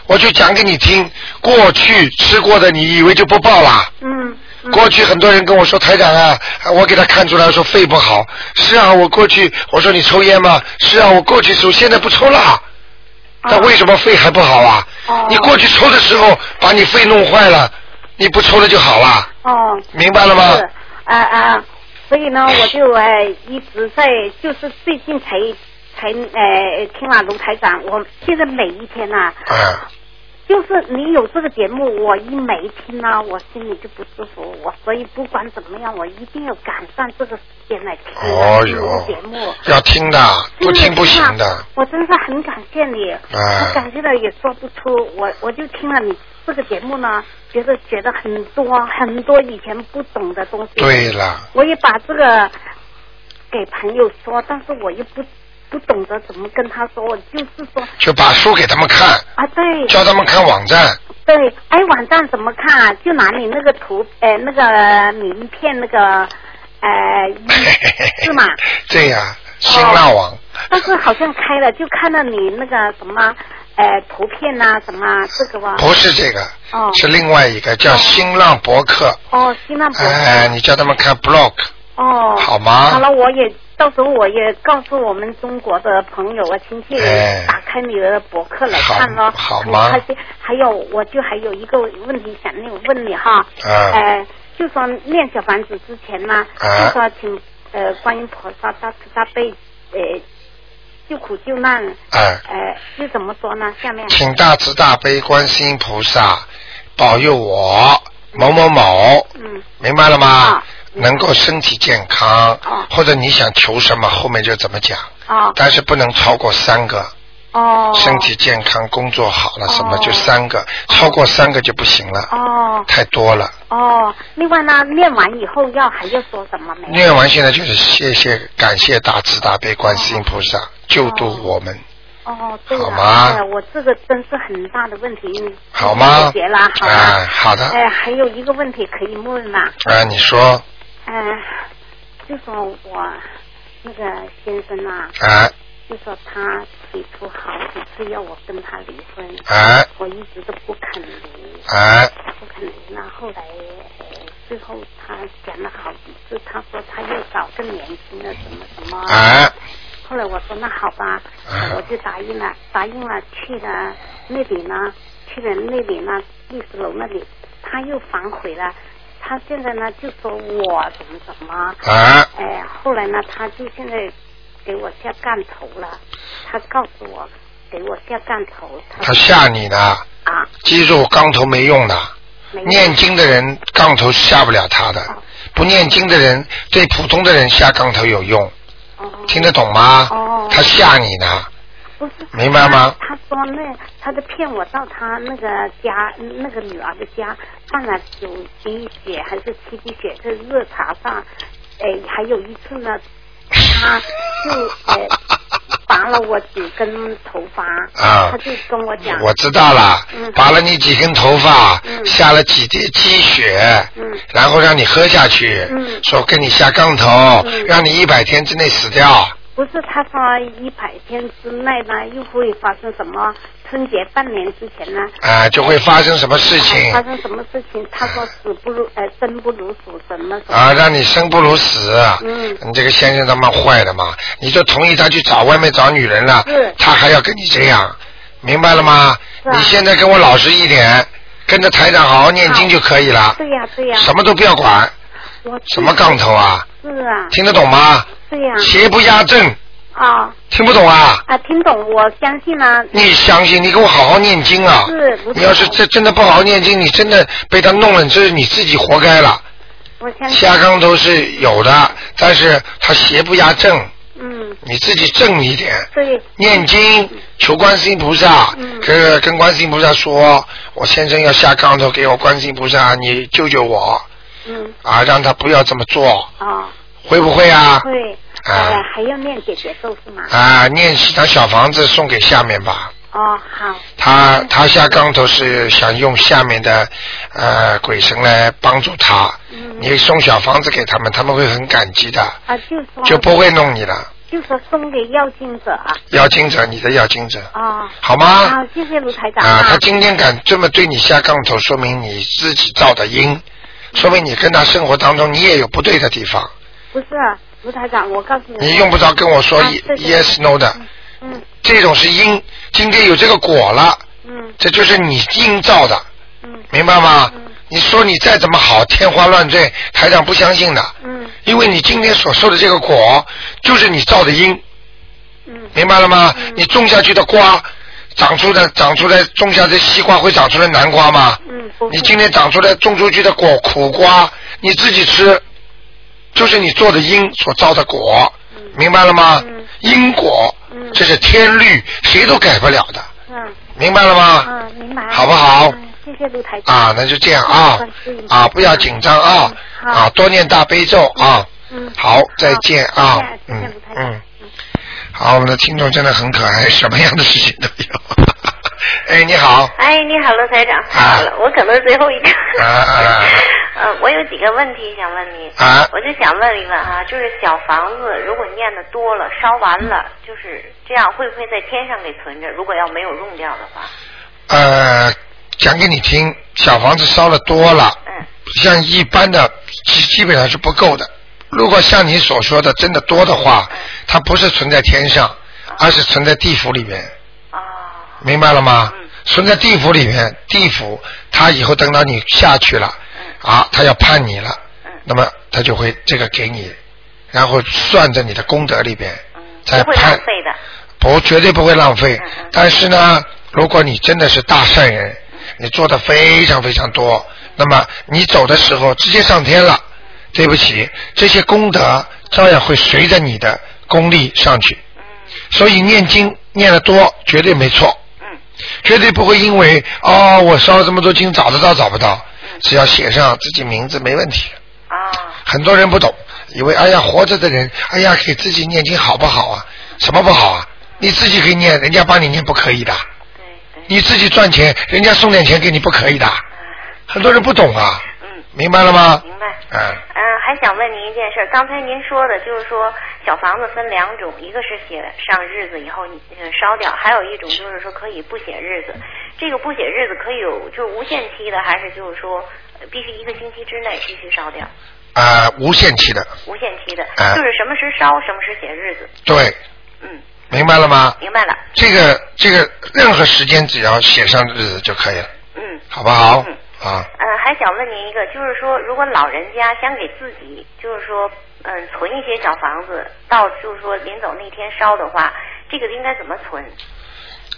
Speaker 2: 我就讲给你听，过去吃过的，你以为就不报啦？
Speaker 7: 嗯。嗯
Speaker 2: 过去很多人跟我说台长啊，我给他看出来说肺不好。是啊，我过去我说你抽烟吗？是啊，我过去抽，现在不抽
Speaker 7: 哦
Speaker 2: 了。那为什么肺还不好啊？你过去抽的时候把你肺弄坏了，你不抽了就好了。
Speaker 7: 哦，
Speaker 2: 明白了吗
Speaker 7: 是，啊啊，所以呢，我就呃一直在，就是最近才才呃听了卢台长，我现在每一天呐、
Speaker 2: 啊，
Speaker 7: 就是你有这个节目，我一没听呢、我心里就不舒服，我所以不管怎么样，我一定要赶上这个时间来听啊、
Speaker 2: 哦
Speaker 7: 听这个
Speaker 2: 哟
Speaker 7: 节目。，
Speaker 2: 要听的，
Speaker 7: 嗯
Speaker 2: 不听不行的。啊
Speaker 7: 我真是很感谢你，我啊感谢的也说不出，我我就听了你这个节目呢，觉得觉得很多很多以前不懂的东西。
Speaker 2: 对了，
Speaker 7: 我也把这个给朋友说，但是我又不不懂得怎么跟他说，我就是说
Speaker 2: 就把书给他们看，
Speaker 7: 啊，对，
Speaker 2: 叫他们看网站。
Speaker 7: 对，哎，网站怎么看啊？就拿你那个图，呃，那个名片那
Speaker 2: <laughs>
Speaker 7: 个，呃，一是吗？
Speaker 2: 对呀、新浪网。
Speaker 7: 但是好像开了，就看到你那个什么，呃，图片呐、什么啊这个哇。
Speaker 2: 不是这个，
Speaker 7: 哦。
Speaker 2: 是另外一个叫新浪博客。
Speaker 7: 哦，新浪博客。
Speaker 2: 哎，你叫他们看 blog，
Speaker 7: 哦。
Speaker 2: 好吗
Speaker 7: 好了，我也到时候我也告诉我们中国的朋友啊、亲戚
Speaker 2: 哎，
Speaker 7: 打开你的博客来看咯。
Speaker 2: 好好吗
Speaker 7: 很开心还有，我就还有一个问题想那个问你哈。
Speaker 2: 啊
Speaker 7: 呃，就说念小房子之前呢，
Speaker 2: 啊
Speaker 7: 就说请呃观音菩萨大慈大悲呃救苦救难
Speaker 2: 哎，
Speaker 7: 呃是怎么说呢？下面
Speaker 2: 请大慈大悲观世音菩萨保佑我某某某，
Speaker 7: 嗯
Speaker 2: 明白了吗？能够身体健康，
Speaker 7: 哦
Speaker 2: 或者你想求什么，后面就怎么讲，
Speaker 7: 哦
Speaker 2: 但是不能超过三个。
Speaker 7: 哦
Speaker 2: 身体健康、工作好了，什么就三个，超过三个就不行了，
Speaker 7: 哦
Speaker 2: 太多了。
Speaker 7: 哦，另外呢，念完以后要还要说什么没？
Speaker 2: 念完现在就是谢谢感谢大慈大悲观世音菩萨救度我们，
Speaker 7: 哦，对
Speaker 2: 好
Speaker 7: 了，
Speaker 2: 吗
Speaker 7: 哎呀我这个真是很大的问题，你
Speaker 2: 好吗？
Speaker 7: 解决了，好吧。
Speaker 2: 哎，好的，
Speaker 7: 哎，还有一个问题可以问吗？
Speaker 2: 哎，你说，
Speaker 7: 嗯、就说我那个先生啊，
Speaker 2: 哎
Speaker 7: 就说他提出好几次要我跟他离婚，
Speaker 2: 哎
Speaker 7: 我一直都不肯离，
Speaker 2: 哎
Speaker 7: 不肯离。那后来，呃，最后他讲了好几次，他说他要找更年轻的，什么什么。
Speaker 2: 哎
Speaker 7: 后来我说那好吧，
Speaker 2: 哎
Speaker 7: 我就答应了，答应了去了那里呢，去了那里呢，律师楼那里，他又反悔了。他现在呢就说我怎么怎么，
Speaker 2: 哎
Speaker 7: 哎，后来呢他就现在给我下杠头了，他告诉我给我下杠头，他
Speaker 2: 他吓你呢，
Speaker 7: 啊
Speaker 2: 记住杠头没用的，
Speaker 7: 没哦有
Speaker 2: 念经的人杠头下不了他的，不念经的人对普通的人下杠头有用，听得懂吗？
Speaker 7: 哦
Speaker 2: 他吓你呢，
Speaker 7: 不是
Speaker 2: 明白吗
Speaker 7: 他他说那他就骗我到他那个家那个女儿的家放了九滴血还是七滴血在热
Speaker 2: <laughs>
Speaker 7: 茶上，哎，还有一次呢，他就呃拔了我几根头发，
Speaker 2: 啊
Speaker 7: 他就跟我讲，
Speaker 2: 我知道了
Speaker 7: 嗯，
Speaker 2: 拔了你几根头发，下了几滴积雪，
Speaker 7: 嗯
Speaker 2: 然后让你喝下去，说跟你下杠头，
Speaker 7: 嗯
Speaker 2: 让你一百天之内死掉。
Speaker 7: 不是他说一百天之内呢，又会发生什么春节半年之前呢？
Speaker 2: 啊，就会发生什么事情
Speaker 7: 啊发生什么事情？他说死不如呃生不如死什么什么
Speaker 2: 啊？让你生不如死。
Speaker 7: 嗯
Speaker 2: 你这个先生他妈坏的嘛！你就同意他去找外面找女人了
Speaker 7: 是，
Speaker 2: 他还要跟你这样，明白了吗？
Speaker 7: 是啊
Speaker 2: 你现在跟我老实一点，跟着台长好好念经就可以了，
Speaker 7: 对呀、对呀、
Speaker 2: 什么都不要管，
Speaker 7: 我
Speaker 2: 什么杠头啊？
Speaker 7: 是啊，
Speaker 2: 听得懂吗？
Speaker 7: 对呀、
Speaker 2: 邪不压正，
Speaker 7: 啊
Speaker 2: 听不懂啊？
Speaker 7: 啊，听懂，我相信啊。
Speaker 2: 你相信？你给我好好念经啊！
Speaker 7: 是，不
Speaker 2: 你要是真真的不好好念经，你真的被他弄了，这是你自己活该了。
Speaker 7: 我相信。
Speaker 2: 下杠头是有的，但是他邪不压正，
Speaker 7: 嗯，
Speaker 2: 你自己正一点。
Speaker 7: 对。
Speaker 2: 念经求观世音菩萨，跟跟观世音菩萨说，我先生要下杠头给我观世音菩萨，你救救我
Speaker 7: 嗯
Speaker 2: 啊，让他不要这么做，
Speaker 7: 啊。
Speaker 2: 会不会啊？
Speaker 7: 会。
Speaker 2: 啊
Speaker 7: 呃，还要念姐姐咒是吗？
Speaker 2: 啊，念几张小房子送给下面吧。
Speaker 7: 哦，好，
Speaker 2: 他他下杠头是想用下面的呃鬼神来帮助他，你送小房子给他们，他们会很感激的，
Speaker 7: 啊，就说
Speaker 2: 就不会弄你了。
Speaker 7: 就说送给要经者啊。
Speaker 2: 要经者，你的要经者
Speaker 7: 哦。
Speaker 2: 好吗
Speaker 7: 好，谢谢卢台长
Speaker 2: 啊，他今天敢这么对你下杠头，说明你自己造的因，说明你跟他生活当中你也有不对的地方，
Speaker 7: 不是卢台长，我告诉你。
Speaker 2: 你用不着跟我说
Speaker 7: 嗯啊
Speaker 2: ye-
Speaker 7: 对对
Speaker 2: yes no 的，
Speaker 7: 嗯
Speaker 2: 这种是因，今天有这个果了，
Speaker 7: 嗯
Speaker 2: 这就是你应造的，明白吗？你说你再怎么好，天花乱坠，台长不相信的，
Speaker 7: 嗯
Speaker 2: 因为你今天所受的这个果，就是你造的因，
Speaker 7: 嗯
Speaker 2: 明白了吗？你种下去的瓜，长出的长出来，种下这西瓜会长出来南瓜吗？
Speaker 7: 嗯，
Speaker 2: 你今天长出来种出去的果苦瓜，你自己吃，就是你做的因所造的果，
Speaker 7: 嗯
Speaker 2: 明白了吗？因果，这是天律，谁都改不了的，
Speaker 7: 嗯。
Speaker 2: 明白了吗？
Speaker 7: 嗯，明白。
Speaker 2: 好不好
Speaker 7: 嗯？谢谢卢台长。嗯
Speaker 2: 啊，那就这样啊
Speaker 7: 谢谢观世音菩萨
Speaker 2: 啊，不要紧张啊
Speaker 7: 嗯好
Speaker 2: 啊，多念大悲咒啊。
Speaker 7: 嗯。
Speaker 2: 好，再见啊
Speaker 7: 好，谢谢
Speaker 2: 嗯
Speaker 7: 卢台长
Speaker 2: 嗯。好，我们的听众真的很可爱，什么样的事情都有。 <laughs> 哎，你好，
Speaker 13: 哎，你好，罗台长。好了，我可能是最后一个。
Speaker 2: 啊啊
Speaker 13: <laughs>
Speaker 7: <laughs>
Speaker 13: 呃，我有几个问题想问你。
Speaker 2: 啊
Speaker 13: 我就想问一问啊，就是小房子如果念的多了，烧完了，就是这样，会不会在天上给存着？如果要没有用掉的话，
Speaker 2: 呃，讲给你听，小房子烧的多了，
Speaker 13: 嗯
Speaker 2: 像一般的基基本上是不够的。如果像你所说的真的多的话，
Speaker 13: 嗯
Speaker 2: 它不是存在天上，
Speaker 13: 啊
Speaker 2: 而是存在地府里面。明白了吗？
Speaker 13: 嗯
Speaker 2: 存在地府里面，地府他以后等到你下去了，
Speaker 13: 嗯
Speaker 2: 啊，他要判你了，那么他就会这个给你，然后算在你的功德里边，才
Speaker 13: 嗯不会浪
Speaker 7: 嗯
Speaker 2: 判
Speaker 13: 费的。
Speaker 2: 不，绝对不会浪费。但是呢，如果你真的是大善人，你做的非常非常多，那么你走的时候直接上天了，对不起，这些功德照样会随着你的功力上去。所以念经念得多绝对没错，绝对不会因为哦我烧了这么多经找得到找不到，只要写上自己名字没问题。很多人不懂，以为哎呀活着的人，哎呀给自己念经好不好啊？什么不好啊？你自己可以念，人家帮你念不可以的。你自己赚钱，人家送点钱给你不可以的。很多人不懂啊，明白了吗？
Speaker 13: 明白。
Speaker 2: 嗯，
Speaker 13: 嗯，还想问您一件事儿，刚才您说的就是说小房子分两种，一个是写上日子以后你呃烧掉，还有一种就是说可以不写日子。这个不写日子可以有就是无限期的，还是就是说呃必须一个星期之内必须烧掉，
Speaker 2: 啊、无限期的，
Speaker 13: 无限期的，
Speaker 2: 啊
Speaker 13: 就是什么时烧什么时写日子。
Speaker 2: 对，
Speaker 13: 嗯，
Speaker 2: 明白了吗？
Speaker 13: 明白了。
Speaker 2: 这个这个任何时间只要写上日子就可以了，
Speaker 13: 嗯。
Speaker 2: 好不好？
Speaker 13: 嗯
Speaker 2: 啊，
Speaker 13: 呃，还想问您一个，就是说，如果老人家想给自己，就是说，嗯，存一些小房子，到就是说临走那天烧的话，这个应该怎么存？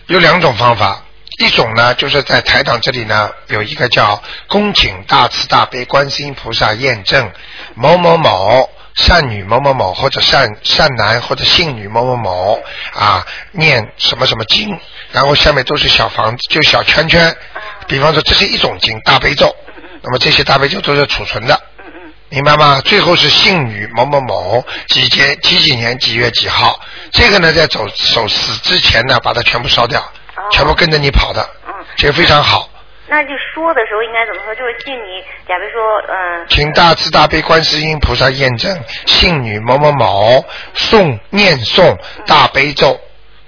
Speaker 2: 有两种方法，一种呢就是在台长这里呢有一个叫恭请大慈大悲观世音菩萨验证某某某善女某某某或者善善男或者信女某某某啊念什么什么经，然后下面都是小房子就小圈圈，比方说这是一种经大悲咒，那么这些大悲咒都是储存的，明白吗？最后是姓女某某某，几节几几年几月几号，这个呢在走走死之前呢，把它全部烧掉，全部跟着你跑的，这个非常好。
Speaker 13: 那就说的时候应该怎么说？就是信你，假如说，嗯、
Speaker 2: 请大慈大悲观世音菩萨验证姓女某某某诵念诵大悲咒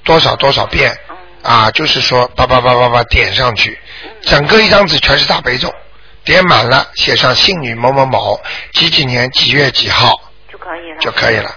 Speaker 2: 多少多少遍啊，就是说叭叭叭叭叭点上去，整个一张纸全是大悲咒，点满了写上姓女某某某几几年几月几号
Speaker 13: 就可以了。啊嗯
Speaker 2: 就可以了，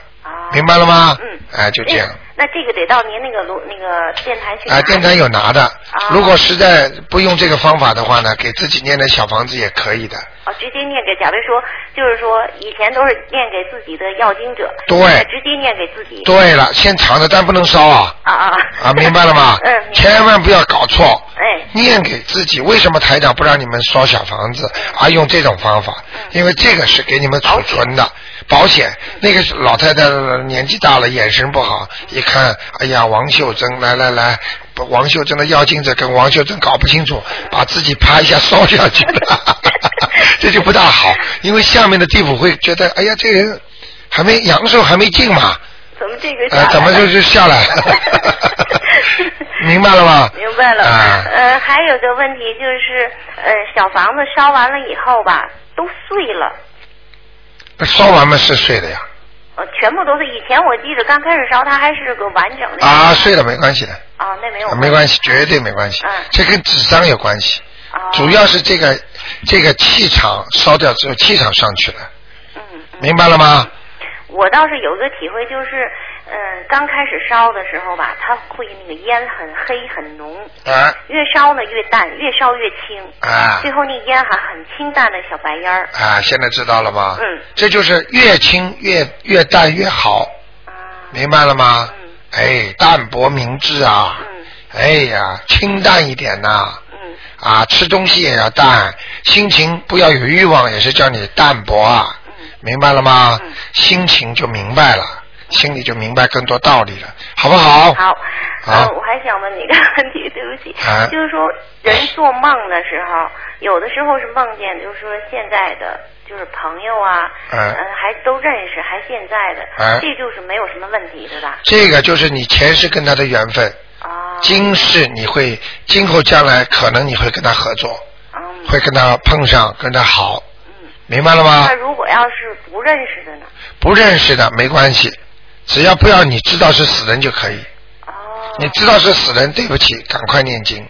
Speaker 2: 明白了吗？哎，就这样。
Speaker 13: 那这个得到您那个罗那个电台去
Speaker 2: 啊，电台有拿的。
Speaker 13: 啊
Speaker 2: 如果实在不用这个方法的话呢，给自己念点小房子也可以的。
Speaker 13: 哦，直接念给，假如说就是说以前都是念给自己的要经者，
Speaker 2: 对
Speaker 13: 现在直接念给自己。
Speaker 2: 对了，先藏着，但不能烧啊。
Speaker 13: 啊啊
Speaker 2: 啊，明白了吗？
Speaker 13: <laughs> 嗯明白
Speaker 2: 千万不要搞错。
Speaker 13: 哎。
Speaker 2: 念给自己，为什么台长不让你们烧小房子，而用这种方法？
Speaker 13: 嗯
Speaker 2: 因为这个是给你们储存的保险。那个老太太年纪大了，眼神不好，一看，哎呀，王秀珍，来来来，不王秀珍的要经者跟王秀珍搞不清楚，把自己啪一下烧下去了， <laughs> 这就不大好。因为下面的地府会觉得，哎呀，这人还没阳寿还没尽嘛，
Speaker 13: 怎么这个下来
Speaker 2: 呃，
Speaker 13: 了？
Speaker 2: 怎么就是下
Speaker 13: <laughs>
Speaker 2: 来了？明白了吗？
Speaker 13: 明白了。
Speaker 2: 啊
Speaker 13: 呃，还有个问题就是，呃，小房子烧完了以后吧，都碎了，
Speaker 2: 烧完嘛是碎的呀，
Speaker 13: 呃，全部都是。以前我记得刚开始烧它还是个完整的。
Speaker 2: 啊，碎了没关系的，
Speaker 13: 嗯啊，那没有嗯
Speaker 2: 啊。没关系，绝对没关系。这跟纸张有关系，
Speaker 13: 啊
Speaker 2: 主要是这个这个气场烧掉之后，气场上去了。
Speaker 13: 嗯
Speaker 2: 明白了吗？
Speaker 13: 我倒是有一个体会，就是，嗯、刚开始烧的时候吧，它会那个烟很黑很浓，
Speaker 2: 啊
Speaker 13: 越烧呢越淡，越烧越轻，
Speaker 2: 啊
Speaker 13: 最后那烟还很清淡的小白烟儿。
Speaker 2: 啊！现在知道了吗？
Speaker 13: 嗯。
Speaker 2: 这就是越轻越越淡越好，明白了吗？哎，淡泊明志啊！哎呀，清淡一点呐、啊，吃东西也要淡，心情不要有欲望，也是叫你淡泊啊，明白了吗？心情就明白了，心里就明白更多道理了，好不好？
Speaker 13: 好。
Speaker 2: 好
Speaker 13: 呃，我还想问你一个问题， <laughs> 对不起，
Speaker 2: 啊
Speaker 13: 就是说人做梦的时候，有的时候是梦见，就是说现在的就是朋友啊，
Speaker 2: 嗯
Speaker 13: 呃还都认识，还现在的，
Speaker 2: 啊
Speaker 13: 这就是没有什么问题，对吧？
Speaker 2: 这个就是你前世跟他的缘分，今世你会，今后将来可能你会跟他合作，会跟他碰上，跟他好，明白了吗
Speaker 13: 那？如果要是不认识的呢？
Speaker 2: 不认识的没关系，只要不要你知道是死人就可以。你知道是死人，对不起，赶快念经。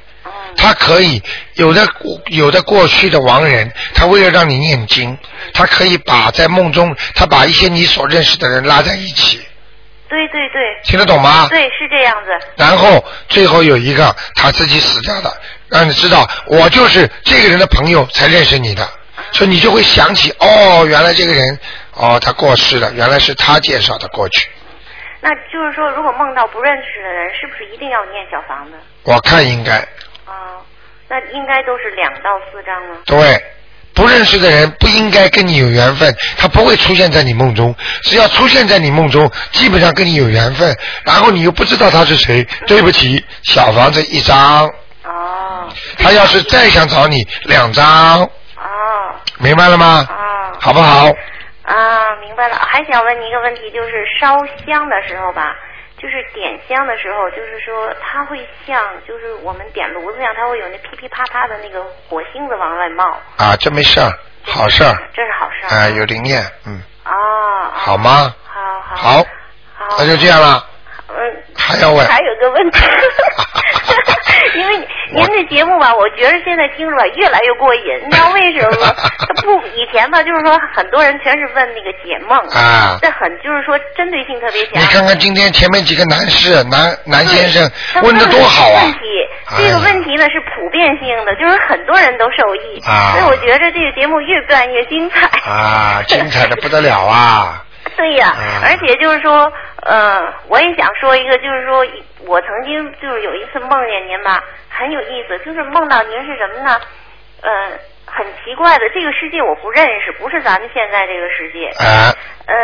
Speaker 2: 他可以有的有的过去的亡人，他为了让你念经，他可以把在梦中，他把一些你所认识的人拉在一起。
Speaker 13: 对对对，
Speaker 2: 听得懂吗
Speaker 13: 对，是这样子。
Speaker 2: 然后最后有一个他自己死掉的，让你知道我就是这个人的朋友才认识你的，所以你就会想起哦，原来这个人哦他过世了，原来是他介绍的过去。
Speaker 13: 那就是说，如果梦到不认识的人，是不是一定要念小房子？啊
Speaker 2: 我看应该
Speaker 13: 那应该都是两到四张吗？
Speaker 2: 对，不认识的人不应该跟你有缘分，他不会出现在你梦中。只要出现在你梦中，基本上跟你有缘分，然后你又不知道他是谁，对不起，小房子一张。哦。他要是再想找你，两张。哦。明白了吗？哦。好不好？
Speaker 13: 啊，明白了。还想问你一个问题，就是烧香的时候吧，就是点香的时候，就是说它会像，就是我们点炉子那样，它会有那噼噼啪啪的那个火星子往外冒，
Speaker 2: 啊，这没事儿，好事儿，
Speaker 13: 这是好事儿。
Speaker 2: 啊，有灵验，嗯。哦。好吗？好好。好。那就这样了。
Speaker 13: 嗯，
Speaker 2: <laughs> 还要问
Speaker 13: 还有
Speaker 2: <laughs>
Speaker 13: 个问题，因为您这节目吧，我觉得现在听着吧越来越过瘾，你知道为什么吗？它不，以前吧，就是说很多人全是问那个解梦，
Speaker 2: 啊
Speaker 13: 这很就是说针对性特别强。
Speaker 2: 你看看今天前面几个男士、男男先生
Speaker 13: 他
Speaker 2: 问的多好啊
Speaker 13: 问！题，这个问题呢是普遍性的，就是很多人都受益。
Speaker 2: 啊
Speaker 13: 所以我觉得这个节目越办越精彩。
Speaker 2: 啊，精彩的不得了啊！
Speaker 13: 对呀、而且就是说，呃，我也想说一个，就是说我曾经就是有一次梦见您吧，很有意思，就是梦到您是什么呢？呃，很奇怪的，这个世界我不认识，不是咱们现在这个世界。
Speaker 2: 啊。
Speaker 13: 呃，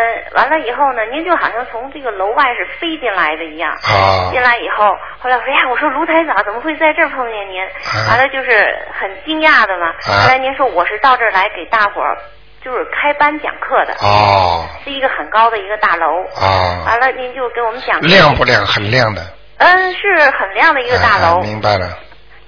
Speaker 13: 完了以后呢，您就好像从这个楼外是飞进来的一样。
Speaker 2: 啊
Speaker 13: 进来以后，后来我说哎呀，我说卢台长怎么会在这儿碰见您？完了就是很惊讶的嘛。
Speaker 2: 啊
Speaker 13: 后来您说我是到这儿来给大伙儿。就是开班讲课的，
Speaker 2: 哦
Speaker 13: 是一个很高的一个大楼。 <laughs>
Speaker 2: 哦，
Speaker 13: 完了，您就给我们讲
Speaker 2: 亮不亮？很亮的。
Speaker 13: 嗯，是很亮的一个大楼
Speaker 2: 啊。明白了。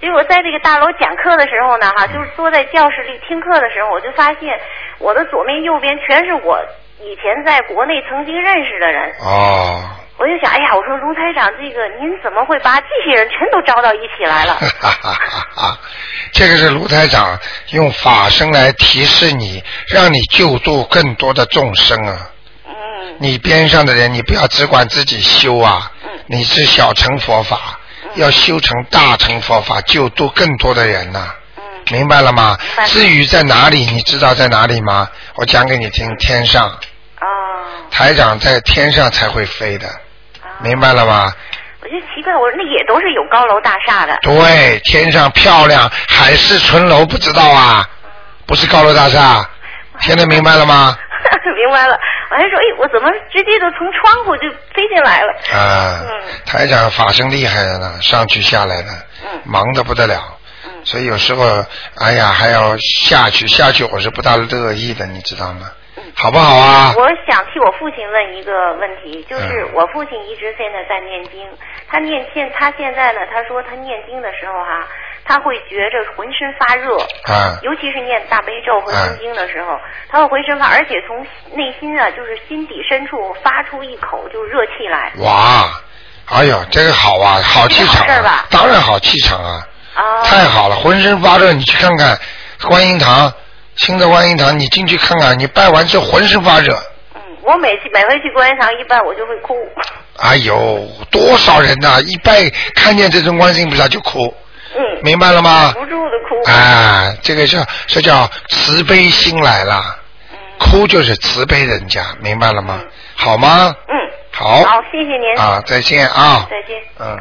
Speaker 13: 结果在这个大楼讲课的时候呢，哈，就是坐在教室里听课的时候，我就发现我的左面右边全是我以前在国内曾经认识的人。
Speaker 2: 哦，
Speaker 13: 我就想，哎呀，我说卢台长，这个您怎么会把这些人全都招到一起来
Speaker 2: <laughs>
Speaker 13: 了？
Speaker 2: 哈哈哈哈！ <laughs> 这个是卢台长用法身来提示你，让你救度更多的众生啊。嗯。你边上的人，你不要只管自己修啊。嗯。你是小乘佛法，要修成大乘佛法，救度更多的人呐、嗯明白了吗？至于在哪里，你知道在哪里吗？我讲给你听，天上。哦。台长在天上才会飞的，明白了吗？
Speaker 13: 我就奇怪，我说那也都是有高楼大厦的。
Speaker 2: 对，天上漂亮，海市蜃楼，不知道啊，不是高楼大厦。现在明白了吗？
Speaker 13: <laughs> 明白了，我还说，哎，我怎么直接就从窗户就飞进来了？
Speaker 2: 啊，台长法身厉害的呢，上去下来的，忙得不得了。所以有时候，哎呀，还要下去，下去我是不大乐意的，你知道吗？好不好啊？嗯
Speaker 13: 我想替我父亲问一个问题，就是我父亲一直现在在念经，他念现他现在呢，他说他念经的时候哈、他会觉着浑身发热，
Speaker 2: 啊
Speaker 13: 尤其是念大悲咒和
Speaker 2: 啊
Speaker 13: 心经的时候，他会浑身发，而且从内心啊，就是心底深处发出一口就热气来。
Speaker 2: 哇，哎呦，这个好啊，好气场、
Speaker 13: 这个好事儿
Speaker 2: 啊
Speaker 13: 吧，
Speaker 2: 当然好气场啊，太好了，浑身发热，你去看看观音堂，新的观音堂，你进去看看，你拜完之后浑身发热，
Speaker 13: 嗯我每次每回去观音堂一拜，我就会哭。
Speaker 2: 哎呦，多少人呐、一拜看见这尊观世音菩萨就哭，
Speaker 13: 嗯，
Speaker 2: 明白了吗
Speaker 13: 忍不住的哭。
Speaker 2: 啊，这个叫这叫慈悲心来了，
Speaker 13: 嗯
Speaker 2: 哭就是慈悲人家，明白了吗？好吗？
Speaker 13: 嗯，
Speaker 2: 好
Speaker 13: 好，谢谢您。
Speaker 2: 啊，再见啊。
Speaker 13: 再见。
Speaker 2: 嗯。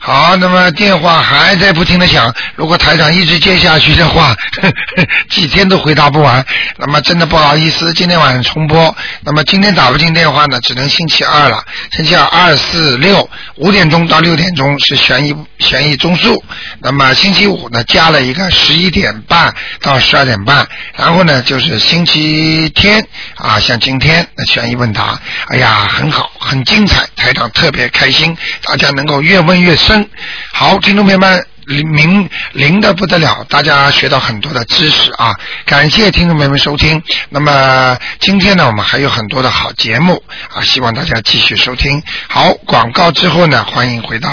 Speaker 2: 好，那么电话还在不停的响，如果台长一直接下去的话， <laughs> 呵呵几天都回答不完。那么真的不好意思，今天晚上重播。那么今天打不进电话呢，只能星期二了。星期二二四六五点钟到六点钟是悬疑悬疑综述。那么星期五呢，加了一个十一点半到十二点半，然后呢就是星期天啊，像今天的悬疑问答，哎呀，很好，很精彩，台长特别开心，大家能够越问越深。好，听众朋友们。灵灵的不得了，大家学到很多的知识啊！感谢听众朋友们收听。那么今天呢，我们还有很多的好节目啊，希望大家继续收听。好，广告之后呢，欢迎回到